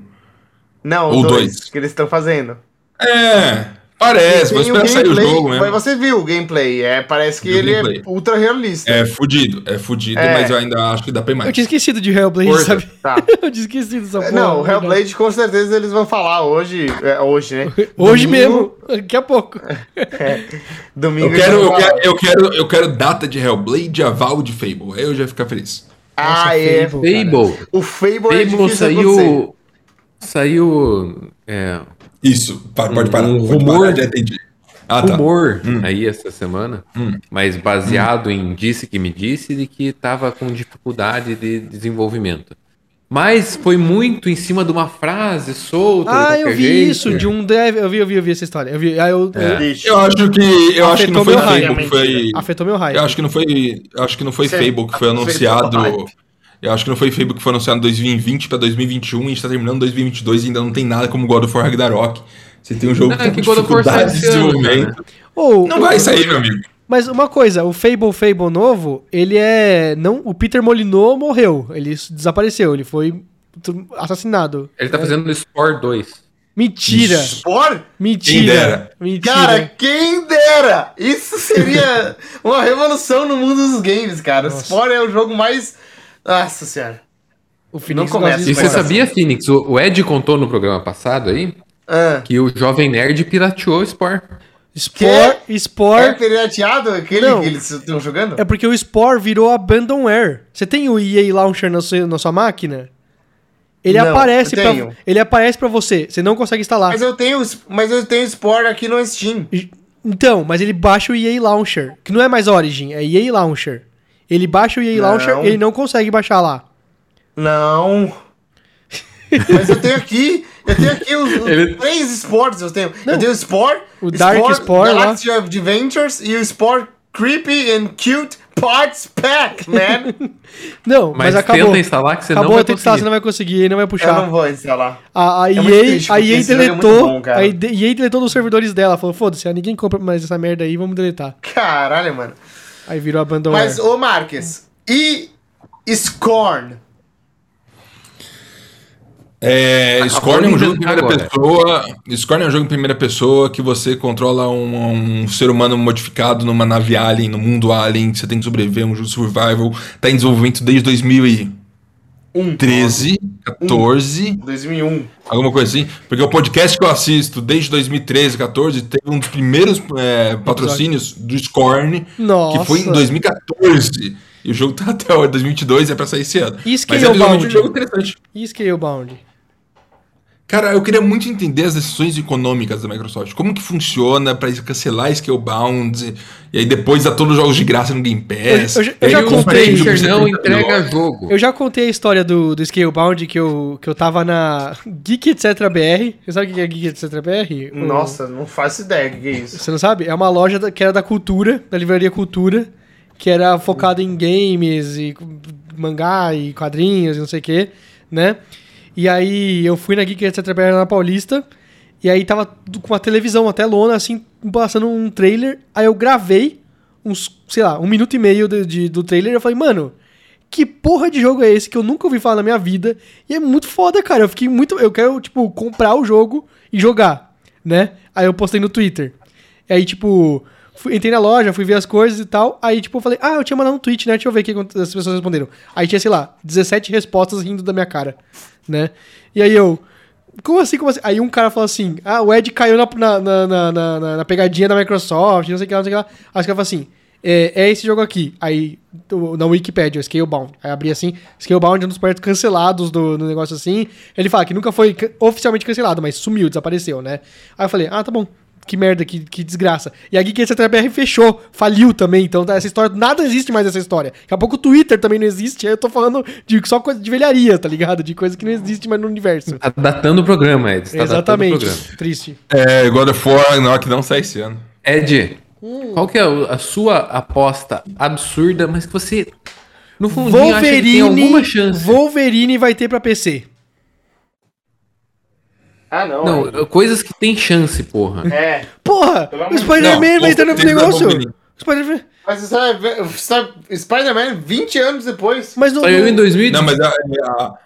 C: Não,
D: Ou
C: o
D: dois.
C: 2 que eles estão fazendo.
D: É, parece, mas
C: Tem o
D: espera sair o
C: gameplay,
D: jogo né?
C: Mas
D: mesmo.
C: você viu o gameplay. É, parece que
D: Vi o
C: ele
D: gameplay.
C: é ultra realista.
D: É fudido, é fudido,
C: É.
D: mas eu ainda acho que dá pra ir mais.
B: eu tinha esquecido de Hellblade,
D: Forza.
B: sabe?
C: Tá.
B: Eu tinha esquecido dessa porra.
C: É, Não, o
B: na verdade.
C: Hellblade com certeza eles vão falar hoje. é, hoje, né?
B: Hoje
C: Domingo-
B: mesmo, daqui a pouco.
C: Domingo.
D: Eu quero,
C: eles
D: eu,
C: vão
D: quero,
C: falar.
D: eu, quero, eu quero data de Hellblade, aval de Fable. Aí eu já ia ficar feliz.
C: Ah,
B: Nossa,
C: é.
B: Fable, cara.
A: Fable.
C: O Fable, é
A: Fable
C: difícil acontecer.
A: saiu. Saiu. É,
D: Isso, pa- pode parar.
A: Um
D: pode
A: rumor.
D: parar, já entendi. Ah, tá. Hum.
A: rumor aí essa semana, mas baseado em disse que me disse de que estava com dificuldade de desenvolvimento. Mas foi muito em cima de uma frase solta. de
B: Ah, eu
A: qualquer
B: vi
A: jeito.
B: isso de um dev. Eu vi, eu vi, eu vi essa história. Eu vi, aí eu,
A: É.
C: Lixo.
D: Eu acho que eu acho que não foi
B: Afetou meu
D: Fable
C: hype.
D: que foi.
B: afetou meu raio.
D: Eu acho que não foi, eu acho que não foi
C: Você
D: Fable que foi
C: afetou
D: anunciado.
C: o hype.
D: Eu acho que não foi Fable que foi anunciado em 2020 pra 2021 e a gente tá terminando 2022 e ainda não tem nada como God of War Ragnarok. Você tem um jogo
A: Não,
D: que tá
A: é
D: com
A: que God of War
D: dificuldade de
A: sai esse ano,
D: desenvolvimento.
B: Ou-
D: Não vai sair, meu amigo.
B: Mas uma coisa, o Fable Fable novo, ele é. não O Peter Molinot morreu. Ele s- desapareceu, ele foi tu- assassinado.
A: Ele tá fazendo Spore 2.
B: Mentira!
D: Isso.
C: Por?
D: Quem
B: Mentira!
D: dera.
B: Mentira!
C: Cara, quem dera! Isso seria uma revolução no mundo dos games, cara.
B: Nossa.
C: Spore é o jogo mais. Nossa senhora.
B: o Phoenix
C: não começa
B: gosta de
A: E
C: isso,
B: Spore.
A: você
C: mas-
A: sabia, Phoenix? O o Ed contou no programa passado aí
C: Ah,
A: que o Jovem Nerd pirateou o Spore.
B: Spore, Spore
C: é pirateado aquele
B: Não.
C: que eles estão jogando?
B: É porque o Spore virou abandonware. Você tem o EA Launcher na sua, na sua máquina? Ele
C: Não,
B: aparece
C: eu
B: pra,
C: tenho.
B: ele aparece para você. Você não consegue instalar.
C: Mas eu tenho, mas eu tenho Spore aqui no Steam.
B: E- Então, mas ele baixa o EA Launcher, que não é mais Origin, é EA Launcher. Ele baixa o EA
C: Não.
B: Launcher e ele não consegue baixar lá.
C: Não. Mas eu tenho aqui, eu tenho aqui os, os
A: Ele-
C: três esportes eu tenho.
B: Não.
C: Eu tenho o Spore,
B: O Dark Spore lá.
C: Galaxy of Adventures e o Spore Creepy and Cute Parts Pack, man.
B: Não,
A: Mas,
B: mas, acabou.
A: tenta instalar que você não
B: acabou,
A: vai
B: eu tenho que instalar,
A: conseguir.
B: você não vai conseguir, ele não vai
C: eu
B: puxar.
C: não vou instalar.
B: A, a EA,
C: muito triste,
B: a
C: porque
B: EA
C: esse jogo é muito
B: deletou,
C: bom, cara.
B: a EA deletou dos servidores dela, falou, foda-se, ah, ninguém compra mais essa merda aí, vamos deletar.
C: Caralho, mano.
B: Aí virou abandonware.
C: Mas, ô Marques, e Scorn?
D: É, Scorn é um
A: Acabou de
D: jogo em primeira
A: inventar
D: pessoa. Scorn é um jogo em primeira pessoa que você controla um, um ser humano modificado numa nave alien, no mundo alien, que você tem que sobreviver, um jogo survival. Tá em desenvolvimento desde 2013,
C: Um.
D: 14,
C: 2001.
D: alguma coisa assim. Porque o podcast que eu assisto desde 2013, 14, teve um dos primeiros é, patrocínios do Scorn,
B: Nossa.
D: que foi em 2014. E o jogo tá até o 2022, é pra sair esse ano.
B: E
D: Mas é
B: Scalebound?
D: um jogo interessante.
B: E Scalebound?
D: Cara, eu queria muito entender as decisões econômicas da Microsoft. Como que funciona pra cancelar Scalebound e aí depois dar todos os jogos de graça no Game Pass.
B: Eu- eu já- eu
D: E aí
B: já
D: o
B: comprei,
D: preço de
A: Publisher
D: jogo
A: não
D: 70 dólares.
A: entrega jogo.
B: Eu já contei a história do, do Scalebound que eu, que eu tava na Geek Etc BR. Você sabe o que é Geek Etc BR? O-
C: Nossa, não faço ideia do que é isso.
B: Você não sabe? É uma loja da- que era da cultura, da livraria Cultura, que era focada em games e cu- mangá e quadrinhos e não sei o quê, né? E aí eu fui na Geek Etc. BR na Paulista, e aí tava tu- com uma televisão até lona, assim, passando um trailer. Aí eu gravei uns, sei lá, um minuto e meio de, de- do trailer, eu falei, mano, que porra de jogo é esse que eu nunca ouvi falar na minha vida? E é muito foda, cara. Eu fiquei muito. Eu quero, tipo, comprar o jogo e jogar, né? Aí eu postei no Twitter. E aí, tipo, fui, entrei na loja, fui ver as coisas e tal. Aí, tipo, eu falei, ah, eu tinha mandado um tweet, né? Deixa eu ver o que aconte- as pessoas responderam. Aí tinha, sei lá, 17 respostas rindo da minha cara, né? E aí eu. Como assim, como assim? Aí um cara falou assim: Ah, o Ed caiu na, na, na, na- na- na- na pegadinha da Microsoft, não sei o que lá, não sei o que lá. Aí os caras falaram assim: é, é esse jogo aqui. Aí, do- na Wikipedia, Scalebound. Aí abri assim: Scalebound é um dos projetos cancelados do, do negócio assim. Ele fala que nunca foi ca- oficialmente cancelado, mas sumiu, desapareceu, né? Aí eu falei: Ah, tá bom. Que merda, que, que desgraça. E a Geek Etc. BR fechou, faliu também. Então, tá, essa história, nada existe mais essa história. Daqui a pouco o Twitter também não existe. Aí eu tô falando de só coisa de velharia, tá ligado? De coisa que não existe mais no universo.
A: Tá datando o programa, Ed. Você tá datando o
B: Exatamente.
A: programa.
B: Triste.
D: É, God of War, não, que não sai esse ano.
A: Ed, qual que é o- a sua aposta absurda, mas que você, no fundinho, acha Um que tem alguma
B: Wolverine,
A: chance?
B: Wolverine vai ter pra PC.
C: Ah, não.
A: Não,
C: é.
A: eh, coisas que tem chance, porra.
C: É.
B: Porra!
C: Pelo amor
B: O
C: de
B: Spider-Man
D: Deus.
B: vai entrar no
D: Não, tem
B: negócio.
D: Wolverine.
B: Spider-Man-
C: Mas você sabe, você sabe, Spider-Man 20 anos depois.
B: Mas não.
A: Saiu em
B: não-
A: 2018.
D: Não, mas a,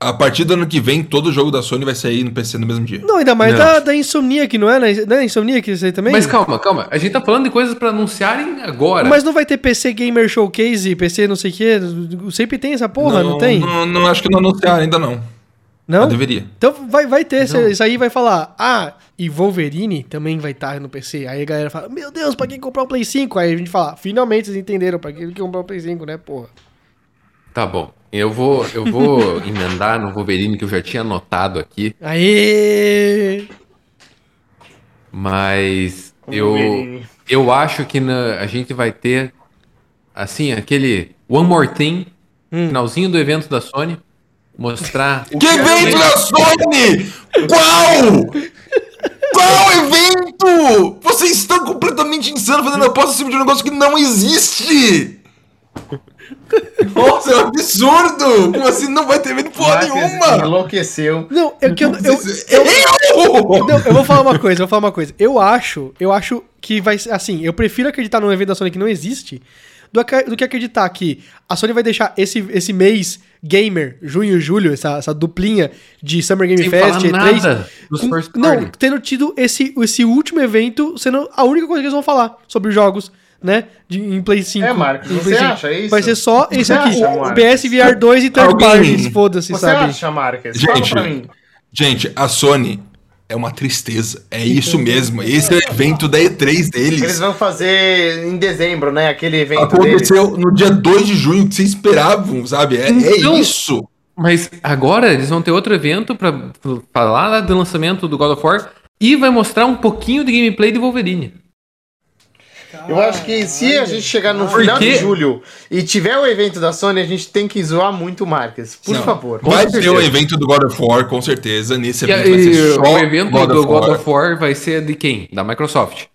D: a, a partir do ano que vem, todo jogo da Sony vai sair no PC no mesmo dia.
B: Não, ainda mais
A: Não.
B: da, da Insomniac, não é? Não é Insomniac isso aí também?
A: Mas calma, calma. A gente tá falando de coisas pra anunciarem agora.
B: Mas não vai ter PC Gamer Showcase, PC não sei o quê? Sempre tem essa porra, não, tem? Não?
D: Não, não, acho que não anunciaram ainda não. Mas deveria.
B: Então vai, vai ter, esse- isso aí vai falar, ah, e Wolverine também vai estar no PC. Aí a galera fala, meu Deus, pra quem comprar o Play 5? Aí a gente fala, finalmente vocês entenderam pra quem comprar o Play 5, né, porra.
A: Tá bom. Eu vou, eu vou emendar no Wolverine que eu já tinha anotado aqui,
B: Aê!
A: mas eu,
C: Wolverine.
A: eu acho que na- a gente vai ter, assim, aquele One More Thing, finalzinho do evento da Sony, mostrar... o
D: Que evento da Sony? Qual? Qual evento? Vocês estão completamente insanos fazendo aposta em cima de um negócio que não existe! Nossa, é um absurdo! Como assim não vai ter evento porra
C: Marcos
D: nenhuma?
C: Enlouqueceu.
B: Não, é que eu, eu,
D: Eu!
B: Não, eu vou falar uma coisa, eu vou falar uma coisa. Eu acho, eu acho que vai ser assim, eu prefiro acreditar num evento da Sony que não existe do, aca- do que acreditar que a Sony vai deixar esse, esse mês gamer, junho e julho, essa, essa duplinha de Summer Game
A: Sem
B: Fest,
A: falar
B: E3,
A: nada dos
B: com-
A: first
B: não,
A: party.
B: tendo tido esse, esse último evento sendo a única coisa que eles vão falar sobre os jogos, né, de, em Play 5.
C: É, Marcos,
B: em
C: você
B: Play
C: acha isso?
B: Vai ser só esse
C: Você
B: aqui,
C: acha, Marcos?
B: PSVR 2 e Third
D: Alguém-
B: Parties, foda-se,
C: Você
B: sabe?
C: acha, Marques? Fala
D: Gente,
C: pra mim.
D: gente, a Sony é uma tristeza. É isso mesmo. Esse é o evento da E3
C: Eles
D: deles.
C: vão fazer em dezembro, né? Aquele evento deles.
D: Aconteceu no dia 2 de junho, que vocês esperavam, sabe? É, é
A: Então-
D: isso.
A: Mas agora eles vão ter outro evento pra falar do lançamento do God of War e vai mostrar um pouquinho de gameplay de Wolverine.
C: Eu acho que se a gente chegar no
A: Por
C: final
A: quê?
C: de julho e tiver o evento da Sony, a gente tem que zoar muito o Marques. Por
D: Não.
C: favor.
D: Vai
A: Com
D: ter
A: certeza.
D: o evento do God of War, com certeza. Nesse
A: E,
D: evento vai ser
A: e
D: só
A: o evento do God of War vai ser de quem? Da Microsoft.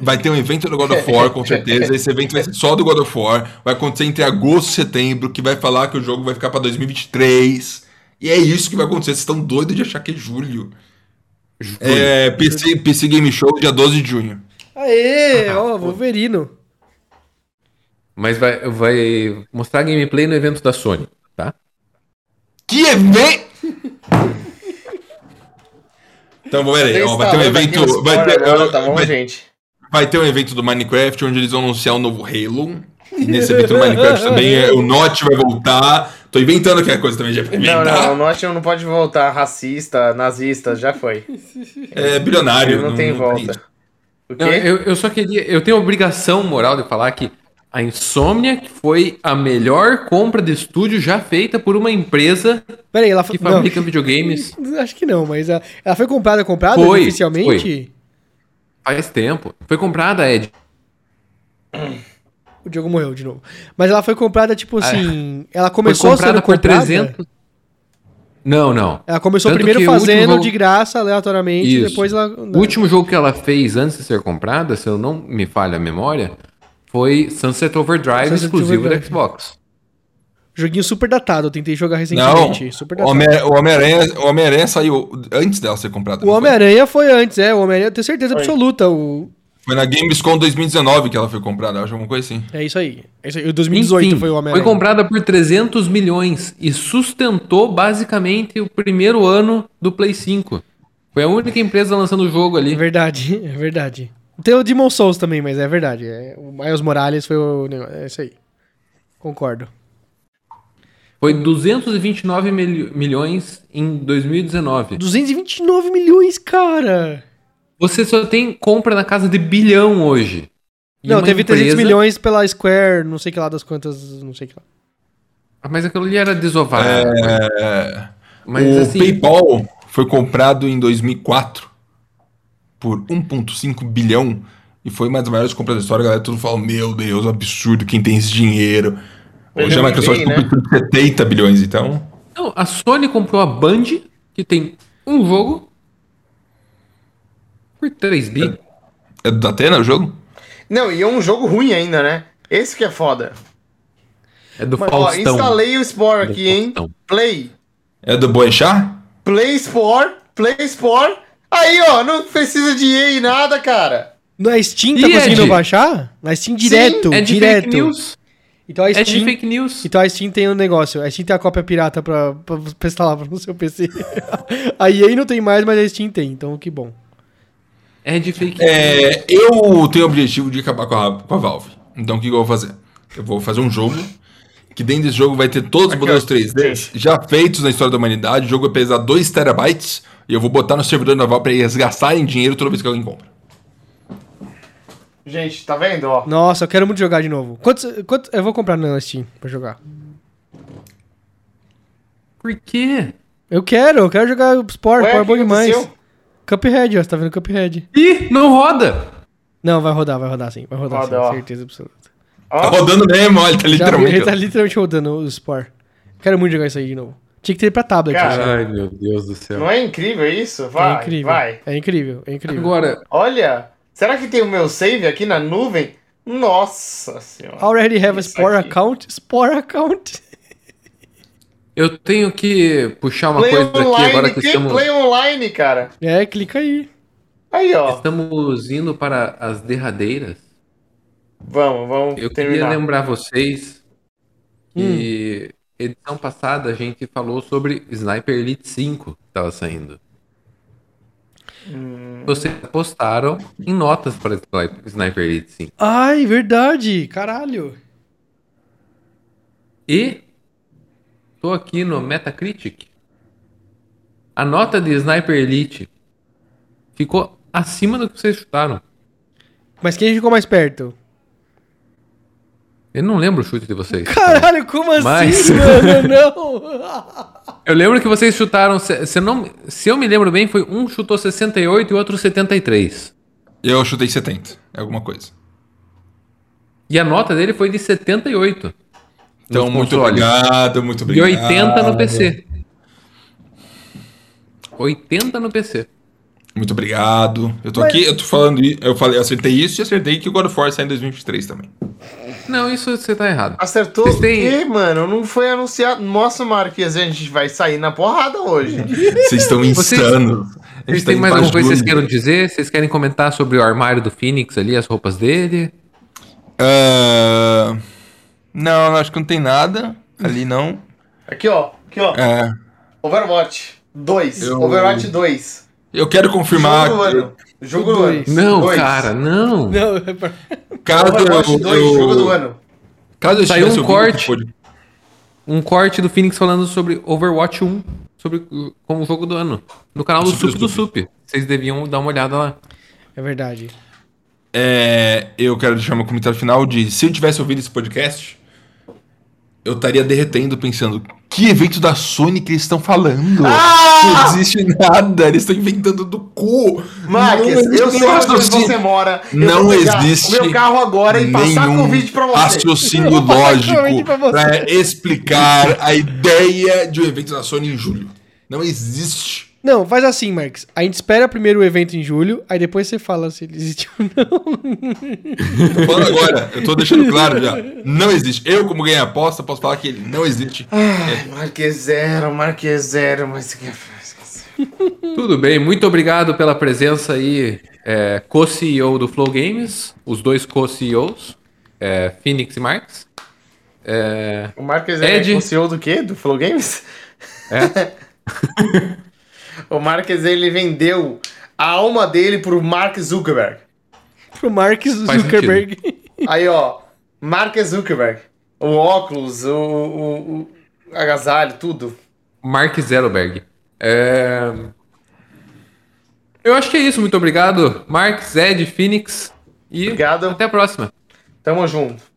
D: Vai ter um evento do God of War, com certeza. Esse evento vai ser só do God of War. Vai acontecer entre agosto e setembro, que vai falar que o jogo vai ficar pra 2023. E é isso que vai acontecer. Vocês estão doidos de achar que é julho.
A: Julho.
D: É, PC, PC Game Show, dia 12 de junho.
B: Aê, ó, Wolverino.
A: Mas vai, vai mostrar gameplay no evento da Sony, tá?
D: Que evento! Então, peraí, ó, vai ter um
C: Instalando aqui
D: evento.
C: os
D: Vai ter,
C: fora agora, tá bom,
D: vai-
C: gente?
D: Vai ter um evento do Minecraft onde eles vão anunciar o novo Halo. E nesse evento do Minecraft também é, o Notch vai voltar. Tô inventando aqui a coisa também, já pra
C: Não,
D: inventar.
C: não, o Norte não pode voltar racista, nazista, já foi.
D: É bilionário.
C: Ele não tem volta.
D: isso.
C: O quê?
A: Não, eu, eu só queria. Eu tenho a obrigação moral de falar que a Insomnia que foi a melhor compra de estúdio já feita por uma empresa
B: Pera aí, ela fa-
A: que
B: não.
A: fabrica videogames
B: Acho que não, mas ela, ela foi comprada, comprada
A: Foi,
B: oficialmente?
A: faz tempo. Foi comprada, Ed.
B: O Diogo morreu de novo. Mas ela foi comprada, tipo assim.
A: Ah,
B: Ela
A: é. Foi
B: começou
A: comprada
B: sendo
A: por
B: comprada.
A: 300. Não, não.
B: Ela começou
A: Tanto
B: primeiro
A: que o último
B: fazendo
A: jogo-
B: de graça, aleatoriamente,
A: Isso.
B: É, depois ela.
A: O último jogo que ela fez antes de ser comprada, se eu não me falha a memória, foi Sunset Overdrive,
B: Sunset
A: exclusivo
B: Overdrive.
A: da Xbox.
B: Joguinho super datado, eu tentei jogar
D: Não,
B: recentemente. super
D: o
B: datado.
D: Homem- o Homem-Aranha o Homem-Aranha saiu antes dela ser comprada.
B: O
D: não foi?
B: Homem-Aranha foi antes, é. O Homem-Aranha, eu tenho certeza absoluta. O...
D: Foi na Gamescom 2019 que ela foi comprada, eu acho alguma coisa assim.
B: É isso aí. É isso aí. O 2018
A: Enfim,
B: foi o
A: Foi
B: Homem-Aranha.
A: comprada por 300 milhões e sustentou basicamente o primeiro ano do Play 5. Foi a única empresa lançando o jogo
B: É
A: ali.
B: verdade, é verdade. Tem o Demon Souls também, mas é verdade. É, o Miles Morales foi o negócio. É isso aí. Concordo.
A: Foi 229 mil- milhões em 2019.
B: 229 milhões, cara!
A: Você só tem compra na casa de bilhão hoje. E
B: não,
A: uma
B: teve 300
A: empresa-
B: milhões pela Square, não sei que lá das quantas, não sei que lá.
A: Ah, Mas aquilo ali era desovado.
D: É,
A: Mas
D: o
A: assim,
D: PayPal foi comprado em 2004 por 1,5 bilhão e foi uma das maiores compras da história. A galera todo fala: Meu Deus, absurdo, quem tem esse dinheiro? Hoje a
C: Ele é
D: Microsoft
C: bem,
D: comprou
C: né?
D: por 70 bilhões, então.
A: não, a Sony comprou a Band, que tem um jogo, por 3 bi.
D: É do Datena o jogo?
C: Não, e é um jogo ruim ainda, né? Esse que é foda.
A: É do
C: Mas, ó,
A: Faustão.
C: instalei o Spore aqui, hein?
A: Faustão.
C: Play.
D: É do Boechat?
C: Play Spore. Play Spore. Aí, ó, não precisa de EA e nada, cara.
B: Na Steam tá
A: Ih,
B: conseguindo
A: Ed.
B: baixar? Na Steam direto,
A: é de
B: direto.
A: fake news.
B: Então a
A: É
B: Steam,
A: de fake news.
B: então a Steam tem um negócio. A Steam tem a cópia pirata pra, pra pra instalar no seu PC. a EA não tem mais, mas a Steam tem, então que bom.
A: É de fake news.
D: É, eu tenho o objetivo de acabar com a, com a Valve. Então o que, que eu vou fazer? Eu vou fazer um jogo que dentro desse jogo vai ter todos os modelos 3D já feitos na história da humanidade. O jogo vai pesar 2 terabytes e eu vou botar no servidor da Valve pra eles gastarem dinheiro toda vez que alguém compra.
C: Gente, tá vendo, ó?
B: Nossa, eu quero muito jogar de novo. Quantos, quantos, eu vou comprar na Steam pra jogar.
A: Por quê?
B: Eu quero, eu quero jogar Sport,
C: Ué,
B: Power
C: o
B: é bom
C: que
B: demais.
C: aconteceu?
B: Cuphead, ó, você tá vendo Cuphead.
A: Ih, não roda!
B: Não, vai rodar, vai rodar sim, vai rodar
C: Roda,
B: sim,
C: ó.
B: certeza absoluta.
D: Tá
C: Ó,
D: rodando mesmo, olha,
B: Já vi,
D: tá
B: ele
D: literalmente.
B: tá literalmente rodando o Sport. Quero muito jogar isso aí de novo. Tinha que ter pra tablet.
C: Cara,
B: isso.
A: Ai, meu Deus do céu.
C: não é incrível isso? Vai,
B: é incrível.
C: vai.
B: É incrível, é incrível.
A: Agora,
C: Olha, será que tem o meu save aqui na nuvem? Nossa senhora.
B: Already have a
C: Isso
B: Spore
C: aqui.
B: account? Spore account.
A: eu tenho que puxar uma
C: Play
A: coisa daqui agora
C: online,
A: que
C: tem
A: estamos,
C: play online, cara.
B: É, clica aí.
C: Aí, ó.
A: estamos indo para as derradeiras.
C: Vamos, vamos
A: Eu
C: terminar.
A: queria lembrar vocês que edição passada a gente falou sobre Sniper Elite 5 que estava saindo.
C: Hum.
A: Vocês postaram em notas para Sniper Elite 5.
B: Ai, verdade, caralho.
A: E tô aqui no Metacritic. A nota de Sniper Elite ficou acima do que vocês chutaram.
B: Mas quem ficou mais perto?
A: Eu não lembro o chute de vocês.
B: Caralho, como assim,
A: Mas-
B: mano? Não.
A: Eu lembro que vocês chutaram, se, se eu não, se eu me lembro bem, foi um chutou 68 e o outro 73.
D: Eu chutei 70, é alguma coisa.
A: E a nota dele foi de 78.
D: Então,
A: nos
D: muito
A: consoles.
D: obrigado, muito
A: E
D: obrigado.
A: 80 no PC. 80 no PC.
D: Muito obrigado. Eu tô
B: Mas-
D: aqui, eu tô falando, i- eu falei, eu acertei isso e acertei que o God of War sai em 2023 também.
A: Não, isso você tá errado.
C: Acertou
A: Vocês
C: o
A: têm-
C: quê, mano? Não foi anunciado. Nossa, Marquinhos, a gente vai sair na porrada hoje.
D: Vocês estão
A: Vocês-
D: insanos. A
A: Vocês
D: gente tá
A: têm
D: em
A: mais alguma coisa que vocês
D: Pajuí.
A: queiram dizer? Vocês querem comentar sobre o armário do Phoenix ali, as roupas dele?
D: Ah, não, acho que não tem nada ali não.
C: Aqui, ó. Aqui, ó.
D: É,
C: Overwatch 2.
D: Eu-
C: Overwatch 2.
D: eu quero confirmar.
C: Jogo do ano. Jogo
B: O
C: do ano.
B: dois.
A: Não,
C: Dois.
A: cara, não.
B: Não, é pra-
D: Caso
C: Overwatch
D: eu,
C: 2, jogo do ano.
D: caso eu
A: Saiu
D: estivesse
A: um
D: ouvindo
A: corte.
D: esse pod-
A: Um corte do Phoenix falando sobre Overwatch 1, sobre o- como jogo do ano, no canal do
D: Sup
A: Sup
D: do
A: do Sup. Vocês deviam dar uma olhada lá.
B: É verdade.
D: É, eu quero deixar meu comentário final de se eu tivesse ouvido esse podcast, eu estaria derretendo pensando que evento da Sony que eles estão falando?
C: Ah!
D: Não existe nada, eles estão inventando do cu.
C: Marques,
D: Não
C: eu
D: existe
C: sei onde
D: raciocínio-
C: você mora. Eu
D: Não
C: vou pegar
D: existe
C: Meu carro agora e passar
D: nenhum
C: convite pra você.
D: raciocínio
B: passar
D: lógico
B: Covid pra você.
D: pra explicar a ideia de um evento da Sony em julho. Não existe.
B: Não, faz assim, Marx. A gente espera primeiro o evento em julho, aí depois você fala se ele existe ou não.
D: Tô falando agora, eu tô deixando claro já. Não existe. Eu, como ganhei a aposta,
C: É,
D: posso falar que ele não existe.
C: Marques zero, Marques zero, mas que- mas que-
A: Tudo bem, muito obrigado pela presença aí, é, co-CEO do Flow Games, os dois co-CEOs, é, Phoenix e Marx. É,
C: O Marques
A: Ed.
C: é o CEO do quê? Do Flow Games?
A: É.
C: o Marques, ele vendeu a alma dele pro Mark Zuckerberg.
B: Pro Mark
A: Faz
B: Zuckerberg.
C: Aí, ó, Mark Zuckerberg. O óculos, o, o, o agasalho, tudo.
A: Mark Zellberg. É, Eu acho que é isso, muito obrigado, Mark, Zed, Phoenix e
C: Obrigado.
A: até a próxima.
C: Tamo junto.